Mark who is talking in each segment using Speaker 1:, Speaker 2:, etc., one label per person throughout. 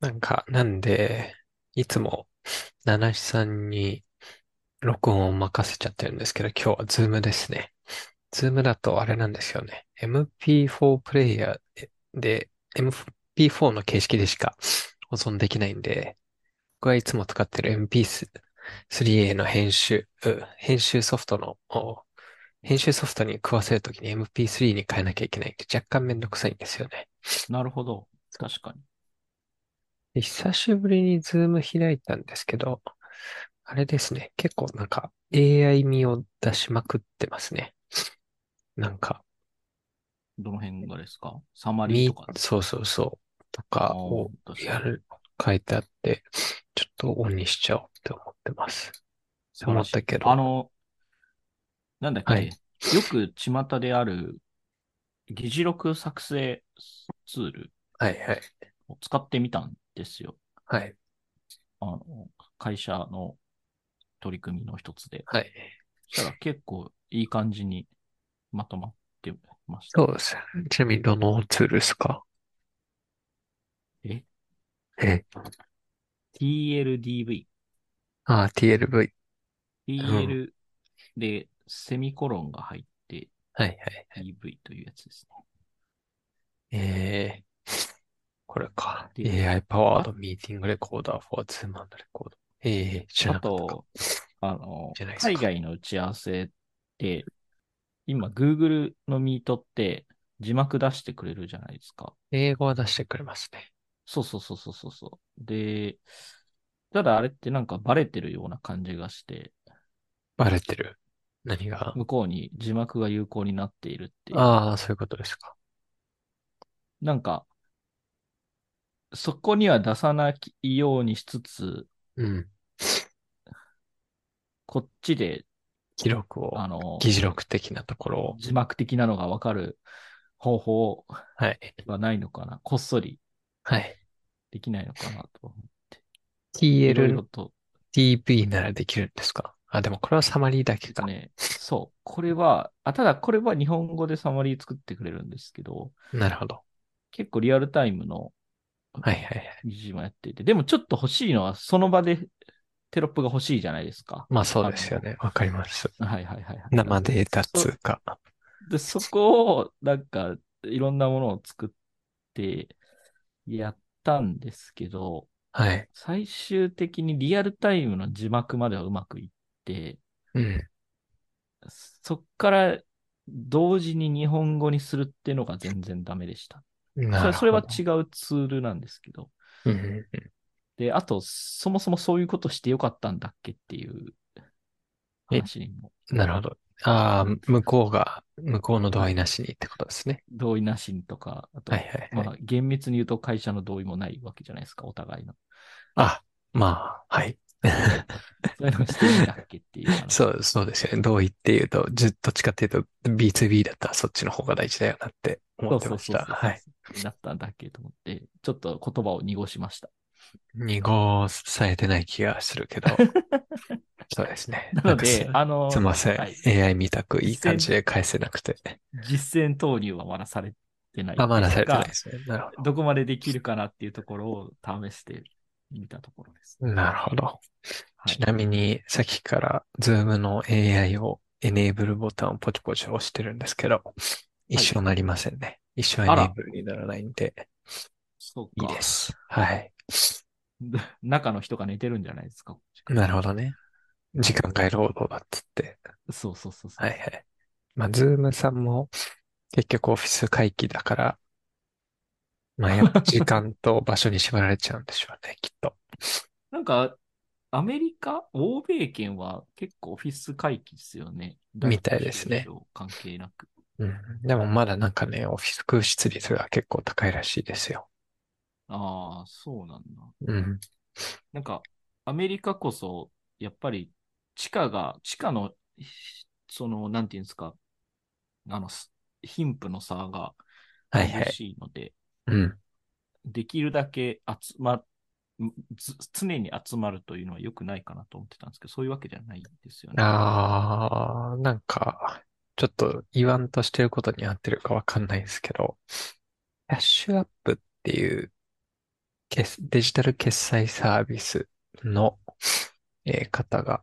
Speaker 1: なんか、なんで、いつも、七七さんに録音を任せちゃってるんですけど、今日はズームですね。ズームだとあれなんですよね。MP4 プレイヤーで、で MP4 の形式でしか保存できないんで、僕はいつも使ってる MP3A の編集、うん編集ソフトの、お編集ソフトに食わせるときに MP3 に変えなきゃいけないんで、若干めんどくさいんですよね。
Speaker 2: なるほど。確かに。
Speaker 1: で久しぶりにズーム開いたんですけど、あれですね。結構なんか AI 味を出しまくってますね。なんか、
Speaker 2: どの辺がですかサマリー
Speaker 1: み
Speaker 2: とか。
Speaker 1: そうそうそう、とかを
Speaker 2: あー確かに
Speaker 1: やる、書いてあって、ちょっとオンにしちゃおうって思ってます。
Speaker 2: 素晴らしい
Speaker 1: 思ったけど
Speaker 2: あの、なんだっけ、
Speaker 1: はい
Speaker 2: よく巷である議事録作成ツール
Speaker 1: はいはい。
Speaker 2: を使ってみたんですよ。
Speaker 1: はい。
Speaker 2: あの、会社の取り組みの一つで。
Speaker 1: はい。
Speaker 2: そしたら結構いい感じにまとまってました。
Speaker 1: そうです。ちなみにどのツールですか
Speaker 2: え
Speaker 1: え、
Speaker 2: TLDV。
Speaker 1: あー、TLV。
Speaker 2: TL でセミコロンが入って
Speaker 1: はいはい。
Speaker 2: EV というやつですね。
Speaker 1: えー、これか。
Speaker 2: で
Speaker 1: AI パワードミーティングレコーダー for Zoom and Record。えー、知ら
Speaker 2: あ
Speaker 1: なかったか。
Speaker 2: と、あの
Speaker 1: じゃないで、すか
Speaker 2: 海外の打ち合わせって、今、Google のミートって字幕出してくれるじゃないですか。
Speaker 1: 英語は出してくれますね。
Speaker 2: そうそうそうそうそうそう。で、ただあれってなんかバレてるような感じがして、
Speaker 1: バレてる。何が
Speaker 2: 向こうに字幕が有効になっているっていう。
Speaker 1: ああ、そういうことですか。
Speaker 2: なんか、そこには出さないようにしつつ、
Speaker 1: うん。
Speaker 2: こっちで、
Speaker 1: 記録を、
Speaker 2: あの、
Speaker 1: 議事録的なところを。
Speaker 2: 字幕的なのがわかる方法
Speaker 1: はい。
Speaker 2: はないのかな。こっそり
Speaker 1: はい。
Speaker 2: できないのかなと。いろいろ
Speaker 1: TLDV
Speaker 2: と
Speaker 1: ならできるんですかあ、でもこれはサマリーだけか。
Speaker 2: ね、そう、これは、あ、ただこれは日本語でサマリー作ってくれるんですけど、
Speaker 1: なるほど。
Speaker 2: 結構リアルタイムの
Speaker 1: はいはいはい。
Speaker 2: 記事もやっていて、でもちょっと欲しいのは、その場でテロップが欲しいじゃないですか。
Speaker 1: まあそうですよね。わかります。
Speaker 2: はいはいはい、はい。
Speaker 1: 生データ通貨。
Speaker 2: で、そこを、なんか、いろんなものを作ってやったんですけど、
Speaker 1: はい。
Speaker 2: 最終的にリアルタイムの字幕まではうまくいって、
Speaker 1: うん。
Speaker 2: そっから同時に日本語にするっていうのが全然ダメでした。そ
Speaker 1: な
Speaker 2: れ
Speaker 1: る
Speaker 2: それは
Speaker 1: ほ
Speaker 2: 違うツールなんですけど。
Speaker 1: ど。うんうんうん
Speaker 2: で、あと、そもそもそういうことしてよかったんだっけっていう
Speaker 1: え
Speaker 2: 話にも
Speaker 1: なるほど。ああ、向こうが、向こうの同意なしにってことですね。
Speaker 2: 同意なしにとか、あと、
Speaker 1: はいはいはい。
Speaker 2: まあ、厳密に言うと会社の同意もないわけじゃないですか、お互いの。
Speaker 1: あ、まあ、はい。
Speaker 2: そういうのしていいんだっけっていう話。
Speaker 1: そう、そうですよね。同意っていうと、ずどっちかっていうと、B2B だったらそっちの方が大事だよなって思ってました。はい。
Speaker 2: なったんだっけと思って、ちょっと言葉を濁しました。
Speaker 1: 濁されてない気がする けど。そうですね。
Speaker 2: なので、
Speaker 1: なんか
Speaker 2: あの、
Speaker 1: す、すいません。
Speaker 2: はい
Speaker 1: AI みたくいい感じで返せなくて。
Speaker 2: 実践投入はまだされてない。
Speaker 1: あ、まだされてない
Speaker 2: が
Speaker 1: ですね。なるほど。
Speaker 2: どこまでできるかなっていうところを試してみたところです。
Speaker 1: なるほど。
Speaker 2: はい
Speaker 1: ちなみに、さっきから Zoom の AI をエネーブルボタンをポチポチ押してるんですけど、一生なりませんね。一生エネ
Speaker 2: あら
Speaker 1: ーブルにならないんで、
Speaker 2: そう
Speaker 1: いい
Speaker 2: か
Speaker 1: です。はい。
Speaker 2: 中の人が寝てるんじゃないですか。
Speaker 1: なるほどね。時間外労働だっつって。
Speaker 2: そうそうそうそう。
Speaker 1: はいはい。まあ、Zoom さんも結局オフィス回帰だから、まあ、やっぱ時間と場所に縛られちゃうんでしょうね、 きっと。
Speaker 2: なんか、アメリカ、欧米圏は結構オフィス会議ですよね。
Speaker 1: みたいですね。
Speaker 2: 関係なく。
Speaker 1: うん。でもまだなんかね、オフィス空室率が結構高いらしいですよ。
Speaker 2: ああ、そうなんだ。
Speaker 1: うん。
Speaker 2: なんか、アメリカこそ、やっぱり、地下が、地下の、その、なんていうんですか、あの、す貧富の差が
Speaker 1: はいは
Speaker 2: 激
Speaker 1: い。
Speaker 2: しいので、
Speaker 1: うん。
Speaker 2: できるだけ集ま、つ常に集まるというのは良くないかなと思ってたんですけど、そういうわけじゃないんですよね。
Speaker 1: あー、なんか、ちょっと言わんとしてることに合ってるかわかんないですけど、キャッシュアップっていう決デジタル決済サービスの、えー方が、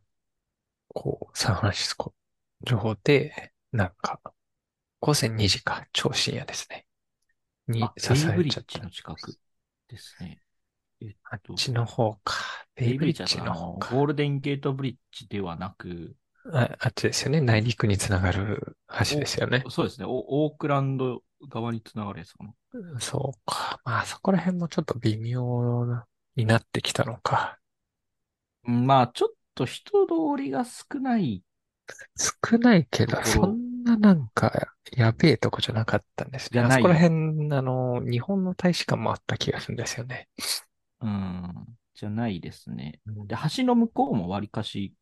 Speaker 1: こう、サンフランシスコ情報で、なんか、午前2時か、超深夜ですね。に
Speaker 2: あ、
Speaker 1: 刺
Speaker 2: ベイ
Speaker 1: さ
Speaker 2: ブ
Speaker 1: れ
Speaker 2: リ
Speaker 1: ちゃ
Speaker 2: ッ
Speaker 1: っ
Speaker 2: ジ
Speaker 1: た。
Speaker 2: の近くですね。えっ
Speaker 1: あっ
Speaker 2: と、
Speaker 1: ちの方か。ベ
Speaker 2: ベ
Speaker 1: イ
Speaker 2: イ
Speaker 1: ブ
Speaker 2: ブ
Speaker 1: リ
Speaker 2: リッジ
Speaker 1: ッジ
Speaker 2: はさあ
Speaker 1: の方
Speaker 2: の、
Speaker 1: か。
Speaker 2: ゴールデンゲートブリッジではなく、
Speaker 1: あ、あっちですよね。内陸につながる橋ですよね。
Speaker 2: お、そうですね。お、オークランド側につながるやつかな。
Speaker 1: そうか。まあ、そこら辺もちょっと微妙なになってきたのか。
Speaker 2: うんまあ、ちょっと人通りが少ない
Speaker 1: 少ないけ
Speaker 2: と
Speaker 1: ど、
Speaker 2: こ
Speaker 1: そ
Speaker 2: ろ
Speaker 1: んななんか、やべえとこじゃなかったんです
Speaker 2: じ
Speaker 1: ね。
Speaker 2: ゃ
Speaker 1: あそ
Speaker 2: な
Speaker 1: こ
Speaker 2: い
Speaker 1: ら
Speaker 2: よ。
Speaker 1: 辺、あの、日本の大使館もあった気がするんですよね。
Speaker 2: うん、じゃないですね。
Speaker 1: うん
Speaker 2: で、橋の向こうもわりかし、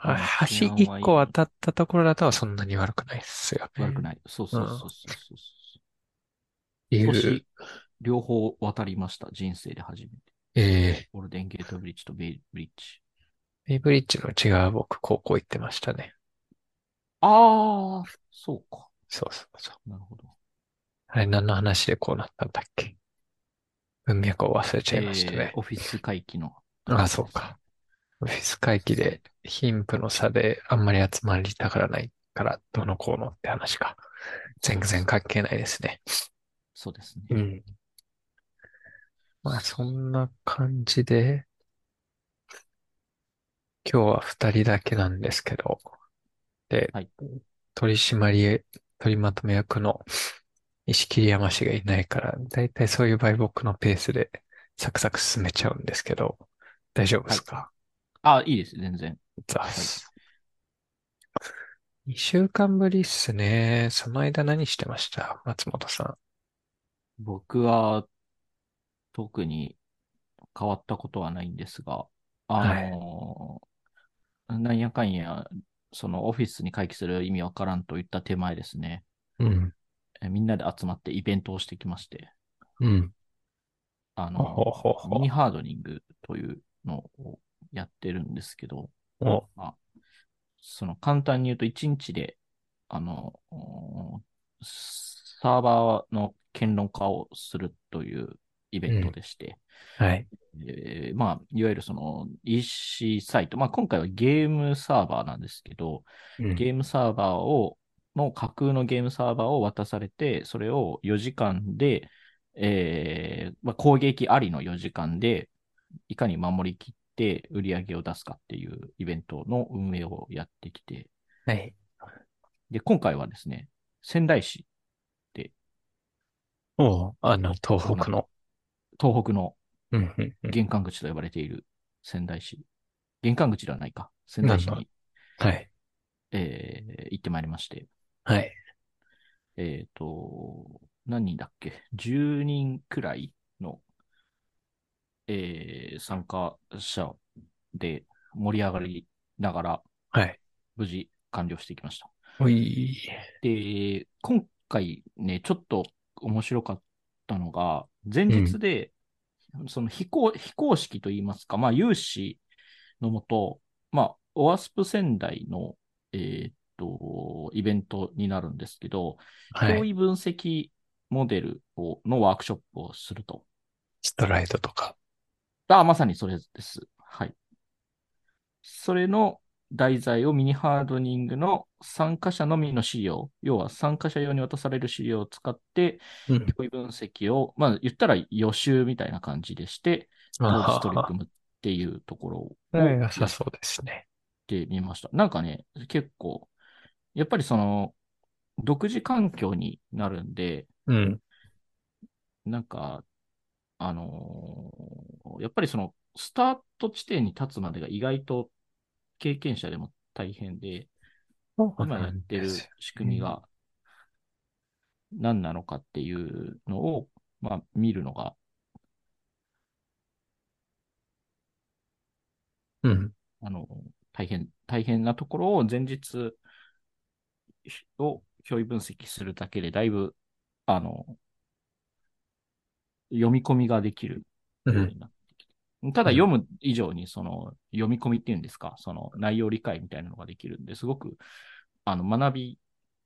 Speaker 2: あ
Speaker 1: あ
Speaker 2: の、治
Speaker 1: 橋
Speaker 2: 安
Speaker 1: 一
Speaker 2: はい
Speaker 1: 個
Speaker 2: い、
Speaker 1: 渡ったところだとそんなに悪くないですよ
Speaker 2: 悪く
Speaker 1: ね。
Speaker 2: ない。そう
Speaker 1: う。
Speaker 2: そうん
Speaker 1: っ
Speaker 2: そうそうそうそう。
Speaker 1: て
Speaker 2: 今
Speaker 1: いう、
Speaker 2: 年、両方渡りました。人生で初めて。
Speaker 1: ええ
Speaker 2: ゴールデンゲートブリッジとベイブリッジ。
Speaker 1: ベイブリッジの内側僕、高校行ってましたね。
Speaker 2: ああ、そうか。
Speaker 1: そうそうそう。
Speaker 2: なるほど。
Speaker 1: あれ、何の話でこうなったんだっけ文脈を忘れちゃいました
Speaker 2: えー、
Speaker 1: ね。
Speaker 2: オフィス会議の
Speaker 1: あ、
Speaker 2: 話
Speaker 1: そ
Speaker 2: で
Speaker 1: う
Speaker 2: すね。
Speaker 1: か。オフィス会議
Speaker 2: そう
Speaker 1: で貧富の差であんまり集まりたがらないからどうのこうのって話か。
Speaker 2: そう
Speaker 1: 全
Speaker 2: で
Speaker 1: 然
Speaker 2: す。
Speaker 1: 関係ないですね。
Speaker 2: そうですね。
Speaker 1: うん。まあ、
Speaker 2: そ
Speaker 1: そ
Speaker 2: うそ
Speaker 1: んな感じで、今日は二人だけなんですけど、で、
Speaker 2: うはい。
Speaker 1: 取締り、取りまとめ役の石切山氏がいないから、だいたいそういう場合僕のペースでサクサク進めちゃうんですけど、大丈夫で
Speaker 2: は
Speaker 1: す
Speaker 2: い。
Speaker 1: か
Speaker 2: あ、いいです。全然。
Speaker 1: ザ
Speaker 2: はい。
Speaker 1: ス。二週間ぶりっすね。その間何してました松本さ
Speaker 2: 僕は特に変わったことはないんですが、
Speaker 1: ん。
Speaker 2: あ
Speaker 1: はい。
Speaker 2: のーなんやかんや、そのオフィスに会議する意味わからんと言った手前ですね、
Speaker 1: うん。
Speaker 2: えみんなで集まってイベントをしてきまして、
Speaker 1: うん。
Speaker 2: あ
Speaker 1: ほほ
Speaker 2: の
Speaker 1: ほ
Speaker 2: ーミニ
Speaker 1: ほ。
Speaker 2: ハードニングというのをやってるんですけど、
Speaker 1: お、
Speaker 2: まあ、その簡単に言うと1日で、あの、おサーバーの検論化をするというイベ
Speaker 1: う
Speaker 2: ント
Speaker 1: ん。
Speaker 2: でして、
Speaker 1: はい。
Speaker 2: えーまあ、いわゆるその EC サイト、まあ、今回はゲームサーバーなんですけど、
Speaker 1: うん。
Speaker 2: ゲームサーバーを、の架空のゲームサーバーを渡されて、それを4時間で、えーまあ、攻撃ありの4時間で、いかに守りきって売り上げを出すかっていうイベントの運営をやってきて、
Speaker 1: はい。
Speaker 2: で、今回はですね、仙台市で、
Speaker 1: おう、あの、
Speaker 2: あ
Speaker 1: 東北
Speaker 2: の、
Speaker 1: の。
Speaker 2: 東北の
Speaker 1: うん、うん、う
Speaker 2: 玄関口と呼ばれている仙台市、玄関口ではないか、仙
Speaker 1: ん。な
Speaker 2: 台
Speaker 1: ん
Speaker 2: 市
Speaker 1: だ。
Speaker 2: に、
Speaker 1: はい。
Speaker 2: えー行ってまいりまして、
Speaker 1: はい。
Speaker 2: えっと、何人だっけ ?10 人くらいの、えー参加者で盛り上がりながら、
Speaker 1: はい。
Speaker 2: 無事完了してきました。
Speaker 1: おい。
Speaker 2: で、今回ね、ちょっと面白かったのが、前
Speaker 1: う
Speaker 2: 日
Speaker 1: ん。
Speaker 2: で、その非公、非公式といいますか、まあ、有志のもと、まあ、オアスプ仙台の、えーっと、イベントになるんですけど、
Speaker 1: は
Speaker 2: 憑
Speaker 1: い。
Speaker 2: 依分析モデルを、のワークショップをすると。
Speaker 1: ストライドとか。
Speaker 2: あ、まさにそれです。はい。それの題材をミニハードニングの参加者のみの資料、要は参加者用に渡される資料を使って、
Speaker 1: うん。
Speaker 2: 教意分析を、まあ言ったら予習みたいな感じでして、
Speaker 1: あ
Speaker 2: 当
Speaker 1: は
Speaker 2: 日取り
Speaker 1: は。
Speaker 2: 組むっていうところ
Speaker 1: これ
Speaker 2: を
Speaker 1: 良さ
Speaker 2: やっ
Speaker 1: そうですね。
Speaker 2: てみました。なんかね、結構、やっぱりその、独自環境になるんで、
Speaker 1: うん。
Speaker 2: なんか、あのーやっぱりその、スタート地点に立つまでが意外と経験者でも大変で、
Speaker 1: そう
Speaker 2: 今
Speaker 1: な
Speaker 2: やっ
Speaker 1: ん
Speaker 2: て
Speaker 1: です
Speaker 2: る
Speaker 1: よ
Speaker 2: 仕組み
Speaker 1: ね。
Speaker 2: が何なのかっていうのを、まあ、見るのが、
Speaker 1: うん。
Speaker 2: あの、大変、大変なところを前日を表意分析するだけで、だいぶ、あの、読み込みができる
Speaker 1: う。
Speaker 2: ようんになってきて。ただ
Speaker 1: う
Speaker 2: 読
Speaker 1: ん。
Speaker 2: む以上に、その、読み込みっていうんですか、その内容理解みたいなのができるんで、すごく、あの、学び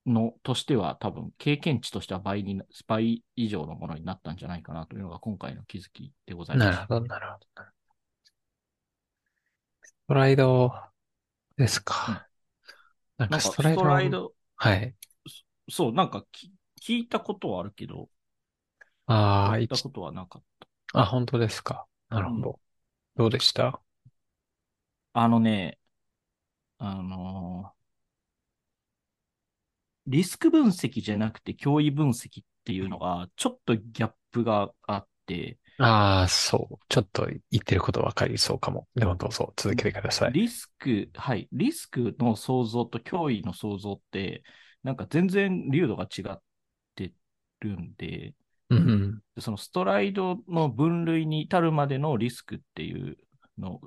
Speaker 2: のとしては多分経験値としては倍にな、倍以上のものになったんじゃないかなというのが今回の気づきでござい
Speaker 1: な
Speaker 2: ま
Speaker 1: る
Speaker 2: す。
Speaker 1: ほど、なるほど。ストライドですか。なん
Speaker 2: な
Speaker 1: か
Speaker 2: んか
Speaker 1: ストライ
Speaker 2: ス
Speaker 1: ド
Speaker 2: ト
Speaker 1: は
Speaker 2: ライド、
Speaker 1: はい。
Speaker 2: そう、なんかき聞いたことはあるけど、
Speaker 1: ああ、
Speaker 2: やっ
Speaker 1: い
Speaker 2: た
Speaker 1: ち
Speaker 2: ことはなかった。
Speaker 1: あ、本当ですか。なるほど。どうでした
Speaker 2: あのね、あのーリスク分析じゃなくて脅威分析っていうのが、ちょっとギャップがあって、
Speaker 1: ああ、そう。ちょっと言ってること分かりそうかも。でもどうぞ続けてください。
Speaker 2: リスク、はい、リスクの想像と脅威の想像って、なんか全然流度が違ってるんで、
Speaker 1: うんうん。
Speaker 2: そのストライドの分類に至るまでのリスクっていうの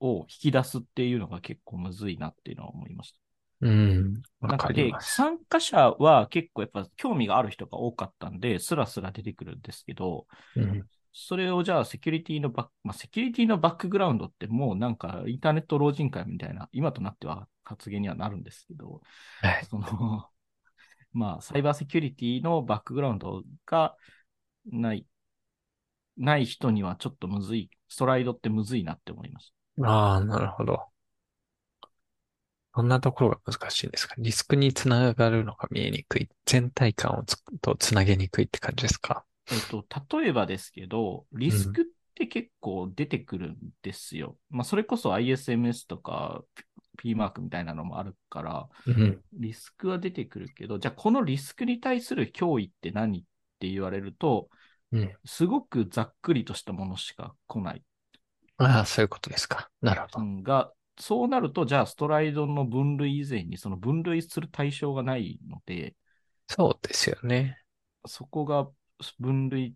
Speaker 2: を引き出すっていうのが結構むずいなっていうのは思いました。
Speaker 1: うん。わ
Speaker 2: なん
Speaker 1: か
Speaker 2: か
Speaker 1: り
Speaker 2: で、
Speaker 1: ます。
Speaker 2: 参加者は結構やっぱ興味がある人が多かったんで、スラスラ出てくるんですけど、
Speaker 1: うん。
Speaker 2: それをじゃあセキュリティのバック、まあ、セキュリティのバックグラウンドってもうなんかインターネット老人会みたいな、今となっては発言にはなるんですけど、
Speaker 1: はい。
Speaker 2: その、 まあ、サイバーセキュリティのバックグラウンドがない、ない人にはちょっとむずい、ストライドってむずいなって思いまし
Speaker 1: ああ、なるほど。どんなところが難しいんですかリスクにつながるのが見えにくい。全体感をつとつなげにくいって感じですか
Speaker 2: た。えっと、例えばですけど、リスクって結構出てくるんですよ。まあ、それこそ ISMS とか P マークみたいなのもあるから、
Speaker 1: うん。
Speaker 2: リスクは出てくるけど、じゃあこのリスクに対する脅威って何って言われると、
Speaker 1: うん。
Speaker 2: すごくざっくりとしたものしか来ない。
Speaker 1: ああ、そういうことですか。なるほ
Speaker 2: う
Speaker 1: ど。
Speaker 2: んが、そうなると、じゃあストライドの分類以前にその分類する対象がないので、
Speaker 1: そうですよね。
Speaker 2: そこが分類、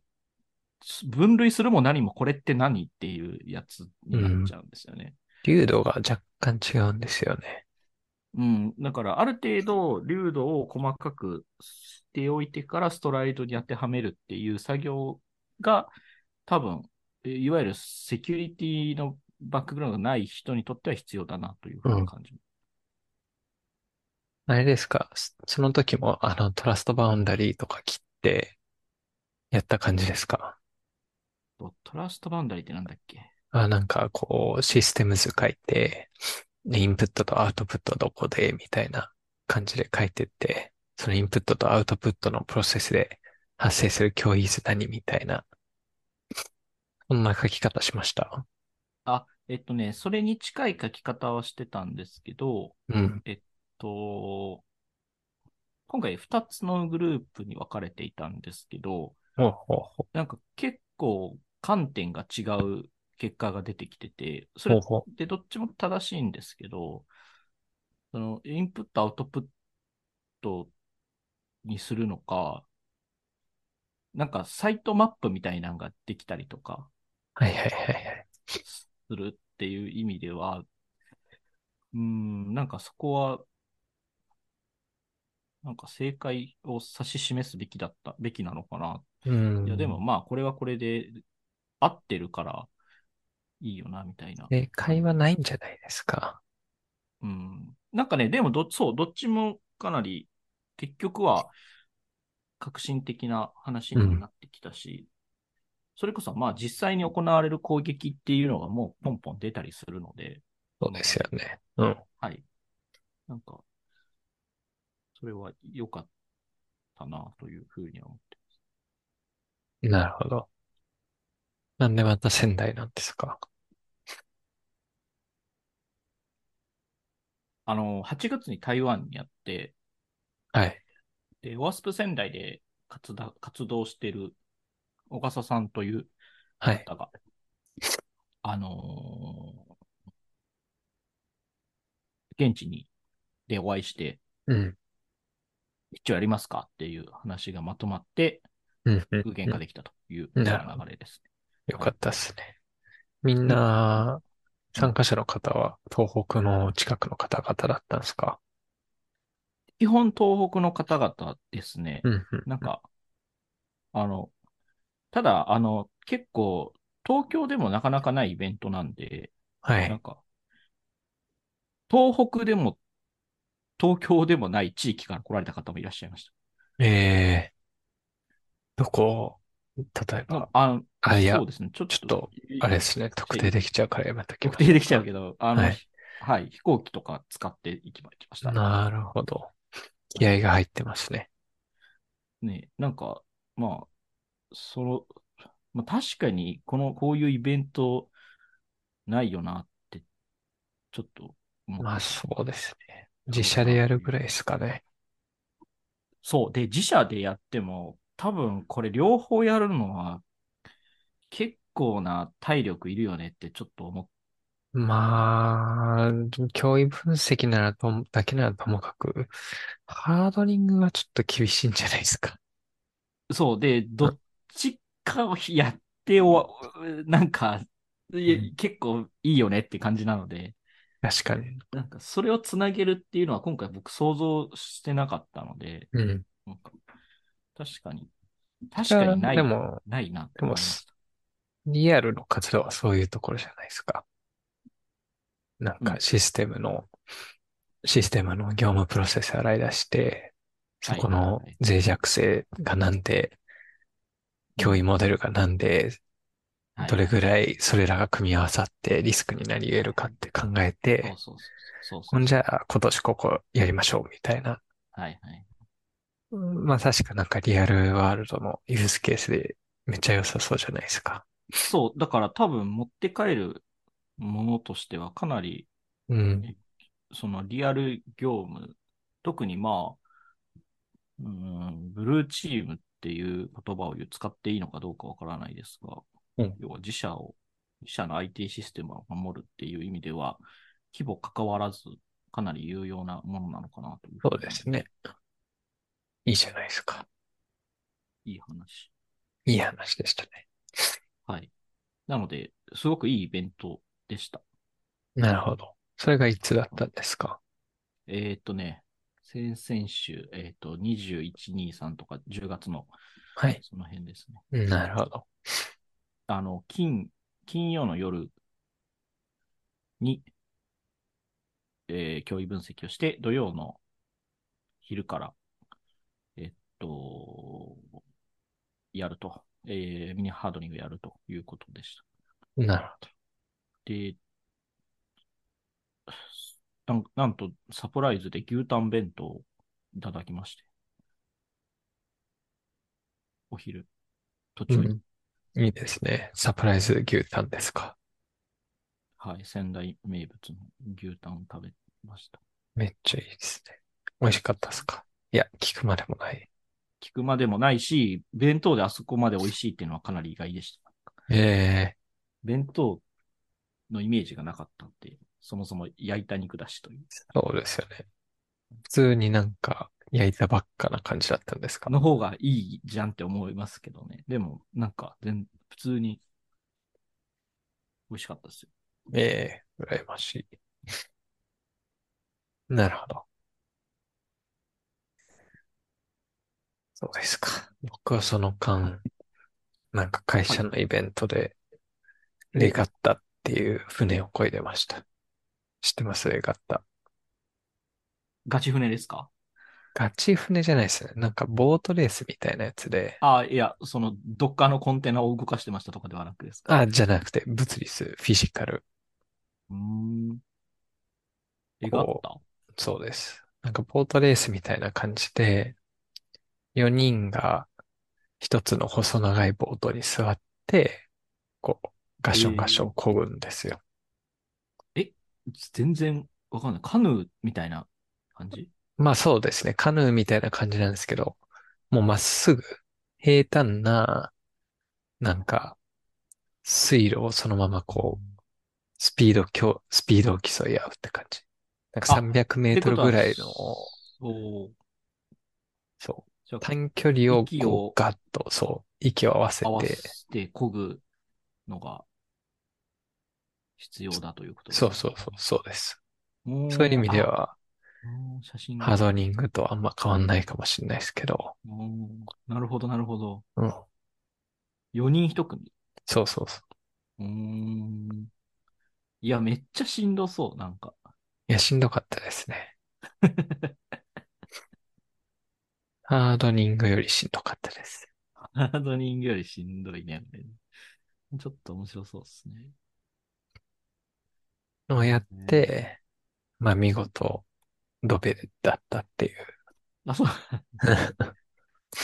Speaker 2: 分類するも何もこれって何っていうやつになっちゃうんですよね。
Speaker 1: 流度が若干違うんですよね。
Speaker 2: うん、だからある程度、流度を細かくしておいてからストライドに当てはめるっていう作業が、多分、えいわゆるセキュリティのバックグラウンドがない人にとっては必要だなというふうに感じます。
Speaker 1: あれですか。そその時も、あの、トラストバウンダリーとか切って、やった感じですか
Speaker 2: とトラストバウンダリーってなんだっけ
Speaker 1: あ、なんか、こう、システム図書いて、でインプットとアウトプットどこで、みたいな感じで書いてって、そのインプットとアウトプットのプロセスで発生する脅威図何みたいな、そんな書き方しました。
Speaker 2: あ、えっとね、それに近い書き方はしてたんですけど、
Speaker 1: うん。
Speaker 2: えっと、今回2つのグループに分かれていたんですけど、
Speaker 1: ほうほうほう。
Speaker 2: なんか結構観点が違う結果が出てきてて、そ
Speaker 1: ほ
Speaker 2: れ
Speaker 1: うほう。
Speaker 2: でどっちも正しいんですけど、そのインプット、アウトプットにするのか、なんかサイトマップみたいなのができたりとか
Speaker 1: はいはいはいはい。
Speaker 2: するっていう意味では、うーん、なんかそこは、なんか正解を指し示すべきだった、べきなのかな
Speaker 1: うん。
Speaker 2: いや、でもまあ、これはこれで合ってるからいいよな、みたいな。
Speaker 1: 正解はないんじゃないですか。
Speaker 2: うん。なんかね、でもど、そう、どっちもかなり、結局は革新的な話になってきたし、それこそまあ実際に行われる攻撃っていうのがもうポンポン出たりするので、
Speaker 1: そうですよね。うん。
Speaker 2: はい。なんか、それは良かったな、というふうには思って。
Speaker 1: なるほど。なんでまた仙台なんですか。
Speaker 2: あの、8月に台湾にやって、
Speaker 1: はい。
Speaker 2: で、ワースプ仙台で活だ活動してる小笠さんという
Speaker 1: はい。
Speaker 2: 方が、あのー現地にでお会いして、
Speaker 1: うん。
Speaker 2: 一応やりますかっていう話がまとまって、
Speaker 1: うん。うん
Speaker 2: 具現化できたという
Speaker 1: う
Speaker 2: 流
Speaker 1: んなるほど
Speaker 2: れですね。
Speaker 1: よかったですね。みんな、参加者の方は東北の近くの方々だったんですか
Speaker 2: 基本東北の方々ですね。
Speaker 1: うんうん。
Speaker 2: なんか、あの、ただ、あの、結構、東京でもなかなかないイベントなんで、
Speaker 1: は
Speaker 2: なん
Speaker 1: い。
Speaker 2: か、東北でも東京でもない地域から来られた方もいらっしゃいまし
Speaker 1: ええどこ、例え
Speaker 2: た。
Speaker 1: ば、
Speaker 2: あの
Speaker 1: あ、いや
Speaker 2: そう、ですね。ちょっ
Speaker 1: ちょっと、あれですね、特定できちゃうからやめときま
Speaker 2: 特
Speaker 1: す。
Speaker 2: 定できちゃうけど、あの、
Speaker 1: は
Speaker 2: はいい、飛行機とか使っていきましたね。
Speaker 1: なるほど。気合が入ってますね。
Speaker 2: ね、なんか、まあ、その、まあ、確かに、この、こういうイベント、ないよなって、ちょっと思って、
Speaker 1: まあそうですね。自社でやるぐらいですかね。
Speaker 2: そう。で、自社でやっても、多分これ両方やるのは、結構な体力いるよねってちょっと思っ
Speaker 1: まあ、脅威分析ならとも、だけならともかく、ハードリングはちょっと厳しいんじゃないですか。
Speaker 2: そう。で、どっちかをやってお、なんか、いや
Speaker 1: うん
Speaker 2: 結構いいよねって感じなので、
Speaker 1: 確かに。
Speaker 2: なんかそれをつなげるっていうのは今回僕想像してなかったので、
Speaker 1: うん。
Speaker 2: なんか確かに、確かにない、
Speaker 1: でも、
Speaker 2: ないなっ
Speaker 1: で
Speaker 2: て思
Speaker 1: も
Speaker 2: いました。
Speaker 1: リアルの活動はそういうところじゃないですか。なんか
Speaker 2: うん
Speaker 1: システムの、システムの業務プロセス洗い出して、そこの脆弱性がなんで、脅威モデルがなんで、
Speaker 2: はい
Speaker 1: どれぐらいそれらが組み合わさってリスクになり得るかって考え
Speaker 2: そう
Speaker 1: て、
Speaker 2: そうそうそうそ
Speaker 1: ほ
Speaker 2: う。
Speaker 1: んじゃあ今年ここやりましょうみたいな。
Speaker 2: はいはい。
Speaker 1: まあ確かなんかリアルワールドのユースケースでめっちゃ良さそうじゃないですか。
Speaker 2: そう、だから多分持って帰るものとしてはかなり、
Speaker 1: うん。
Speaker 2: そのリアル業務、特にまあ、うん、ブルーチームっていう言葉を使っていいのかどうかわからないですが、
Speaker 1: うん
Speaker 2: 要は自社を、自社の IT システムを守るっていう意味では、規模関わらず、かなり有用なものなのかなという
Speaker 1: そ
Speaker 2: ふ
Speaker 1: うう
Speaker 2: に
Speaker 1: ですね。いいじゃないですか。
Speaker 2: いい話。
Speaker 1: いい話でしたね。
Speaker 2: はい。なので、すごくいいイベントでした。
Speaker 1: なるほど。それがいつだったんですか
Speaker 2: えーっとね、先々週、えーっと、21、23とか10月の
Speaker 1: はい。
Speaker 2: その辺ですね。
Speaker 1: なるほど。
Speaker 2: あの、金、金曜の夜に、えー、脅威分析をして、土曜の昼から、えっと、やると、えー、ミニハードリングやるということでした。
Speaker 1: なるほど。
Speaker 2: で、なんなんと、サプライズで牛タン弁当をいただきまして。お昼、途中に、
Speaker 1: うん。いいですね。サプライズ牛タンですか。
Speaker 2: はい、仙台名物の牛タンを食べました。
Speaker 1: めっちゃいいですね。美味しかったですかいや、聞くまでもない。
Speaker 2: 聞くまでもないし、弁当であそこまで美味しいっていうのはかなり意外でした。
Speaker 1: ええ
Speaker 2: 弁当のイメージがなかったって、そもそも焼いた肉だしという。
Speaker 1: そうですよね。普通になんか焼いたばっかな感じだったんですか
Speaker 2: の方がいいじゃんって思いますけどね。でも、なんか、全普通に美味しかったですよ。
Speaker 1: ええ羨ましい。 なるほど。そうですか。僕はその間、なんか会社のイベントで、レガッタっていう船を漕いでました。知ってますレガッタ。
Speaker 2: ガチ船ですか
Speaker 1: ガチ船じゃないですね。なんかボートレースみたいなやつで、
Speaker 2: あいや、その、どっかのコンテナを動かしてましたとかではなくですか
Speaker 1: あ、じゃなくて、物理数、フィジカル。
Speaker 2: うーん。えがった
Speaker 1: そうです。なんかボートレースみたいな感じで、4人が一つの細長いボートに座って、こう、ガションガション漕ぐんですよ。
Speaker 2: 全然わかんない。カヌーみたいな感じ
Speaker 1: まあそうですね。カヌーみたいな感じなんですけど、もうまっすぐ、平坦な、なんか、水路をそのままこう、スピード競、スピードを競い合うって感じ。なんか
Speaker 2: あ
Speaker 1: 300メートルぐらいの、
Speaker 2: そう。
Speaker 1: そう、
Speaker 2: じゃあ
Speaker 1: 短距離を
Speaker 2: 息
Speaker 1: こ
Speaker 2: を
Speaker 1: うガッと、そう、息を合わせ
Speaker 2: 合わ
Speaker 1: て、
Speaker 2: せて漕ぐのが必要だということです
Speaker 1: そ
Speaker 2: ね
Speaker 1: うそうそう、そうです。
Speaker 2: うーん
Speaker 1: そういう意味で。は、
Speaker 2: あうーん写真が
Speaker 1: ハードリングとあんま変わんないかもしれないですけど、
Speaker 2: うーんなるほど、なるほど。
Speaker 1: うん、
Speaker 2: 4人1組。
Speaker 1: そうそうそう。
Speaker 2: うーん。いや、めっちゃしんどそう、なんか。
Speaker 1: いや、しんどかったですね。ハードニングよりしんどかったです。
Speaker 2: ハードニングよりしんどいね。ちょっと面白そうですね。
Speaker 1: のをやって、まあ見事、ドベだったっていう。
Speaker 2: あ、そう。こ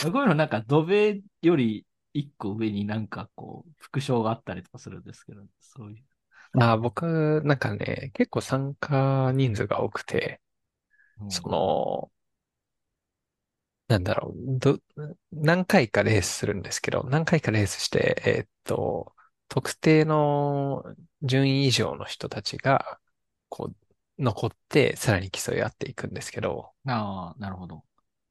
Speaker 2: ういうのなんか、土ベより一個上になんかこう、副賞があったりとかするんですけど、そういう。
Speaker 1: あー僕、なんかね、結構参加人数が多くて、
Speaker 2: うん
Speaker 1: その、なんだろう、ど、何回かレースするんですけど、何回かレースして、えーっと、特定の順位以上の人たちが、こう、残って、さらに競い合っていくんですけど、
Speaker 2: ああ、なるほど。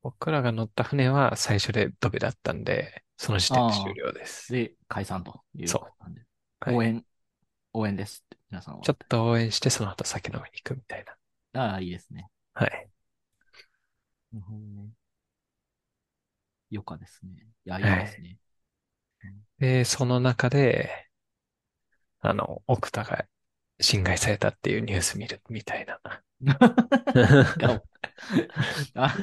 Speaker 1: 僕らが乗った船は最初でドベだったんで、その時点で終了です。
Speaker 2: で、解散という
Speaker 1: そう
Speaker 2: ことなんで
Speaker 1: はい
Speaker 2: 応援、応援ですって、皆さんは。
Speaker 1: ちょっと応援して、その後酒飲みに行くみたいな。
Speaker 2: ああ、いいですね。
Speaker 1: はい。
Speaker 2: なるほどね。よかですね。いや、いいですね。
Speaker 1: で、その中で、あの、奥田が侵害されたっていうニュース見るみたい な。
Speaker 2: があ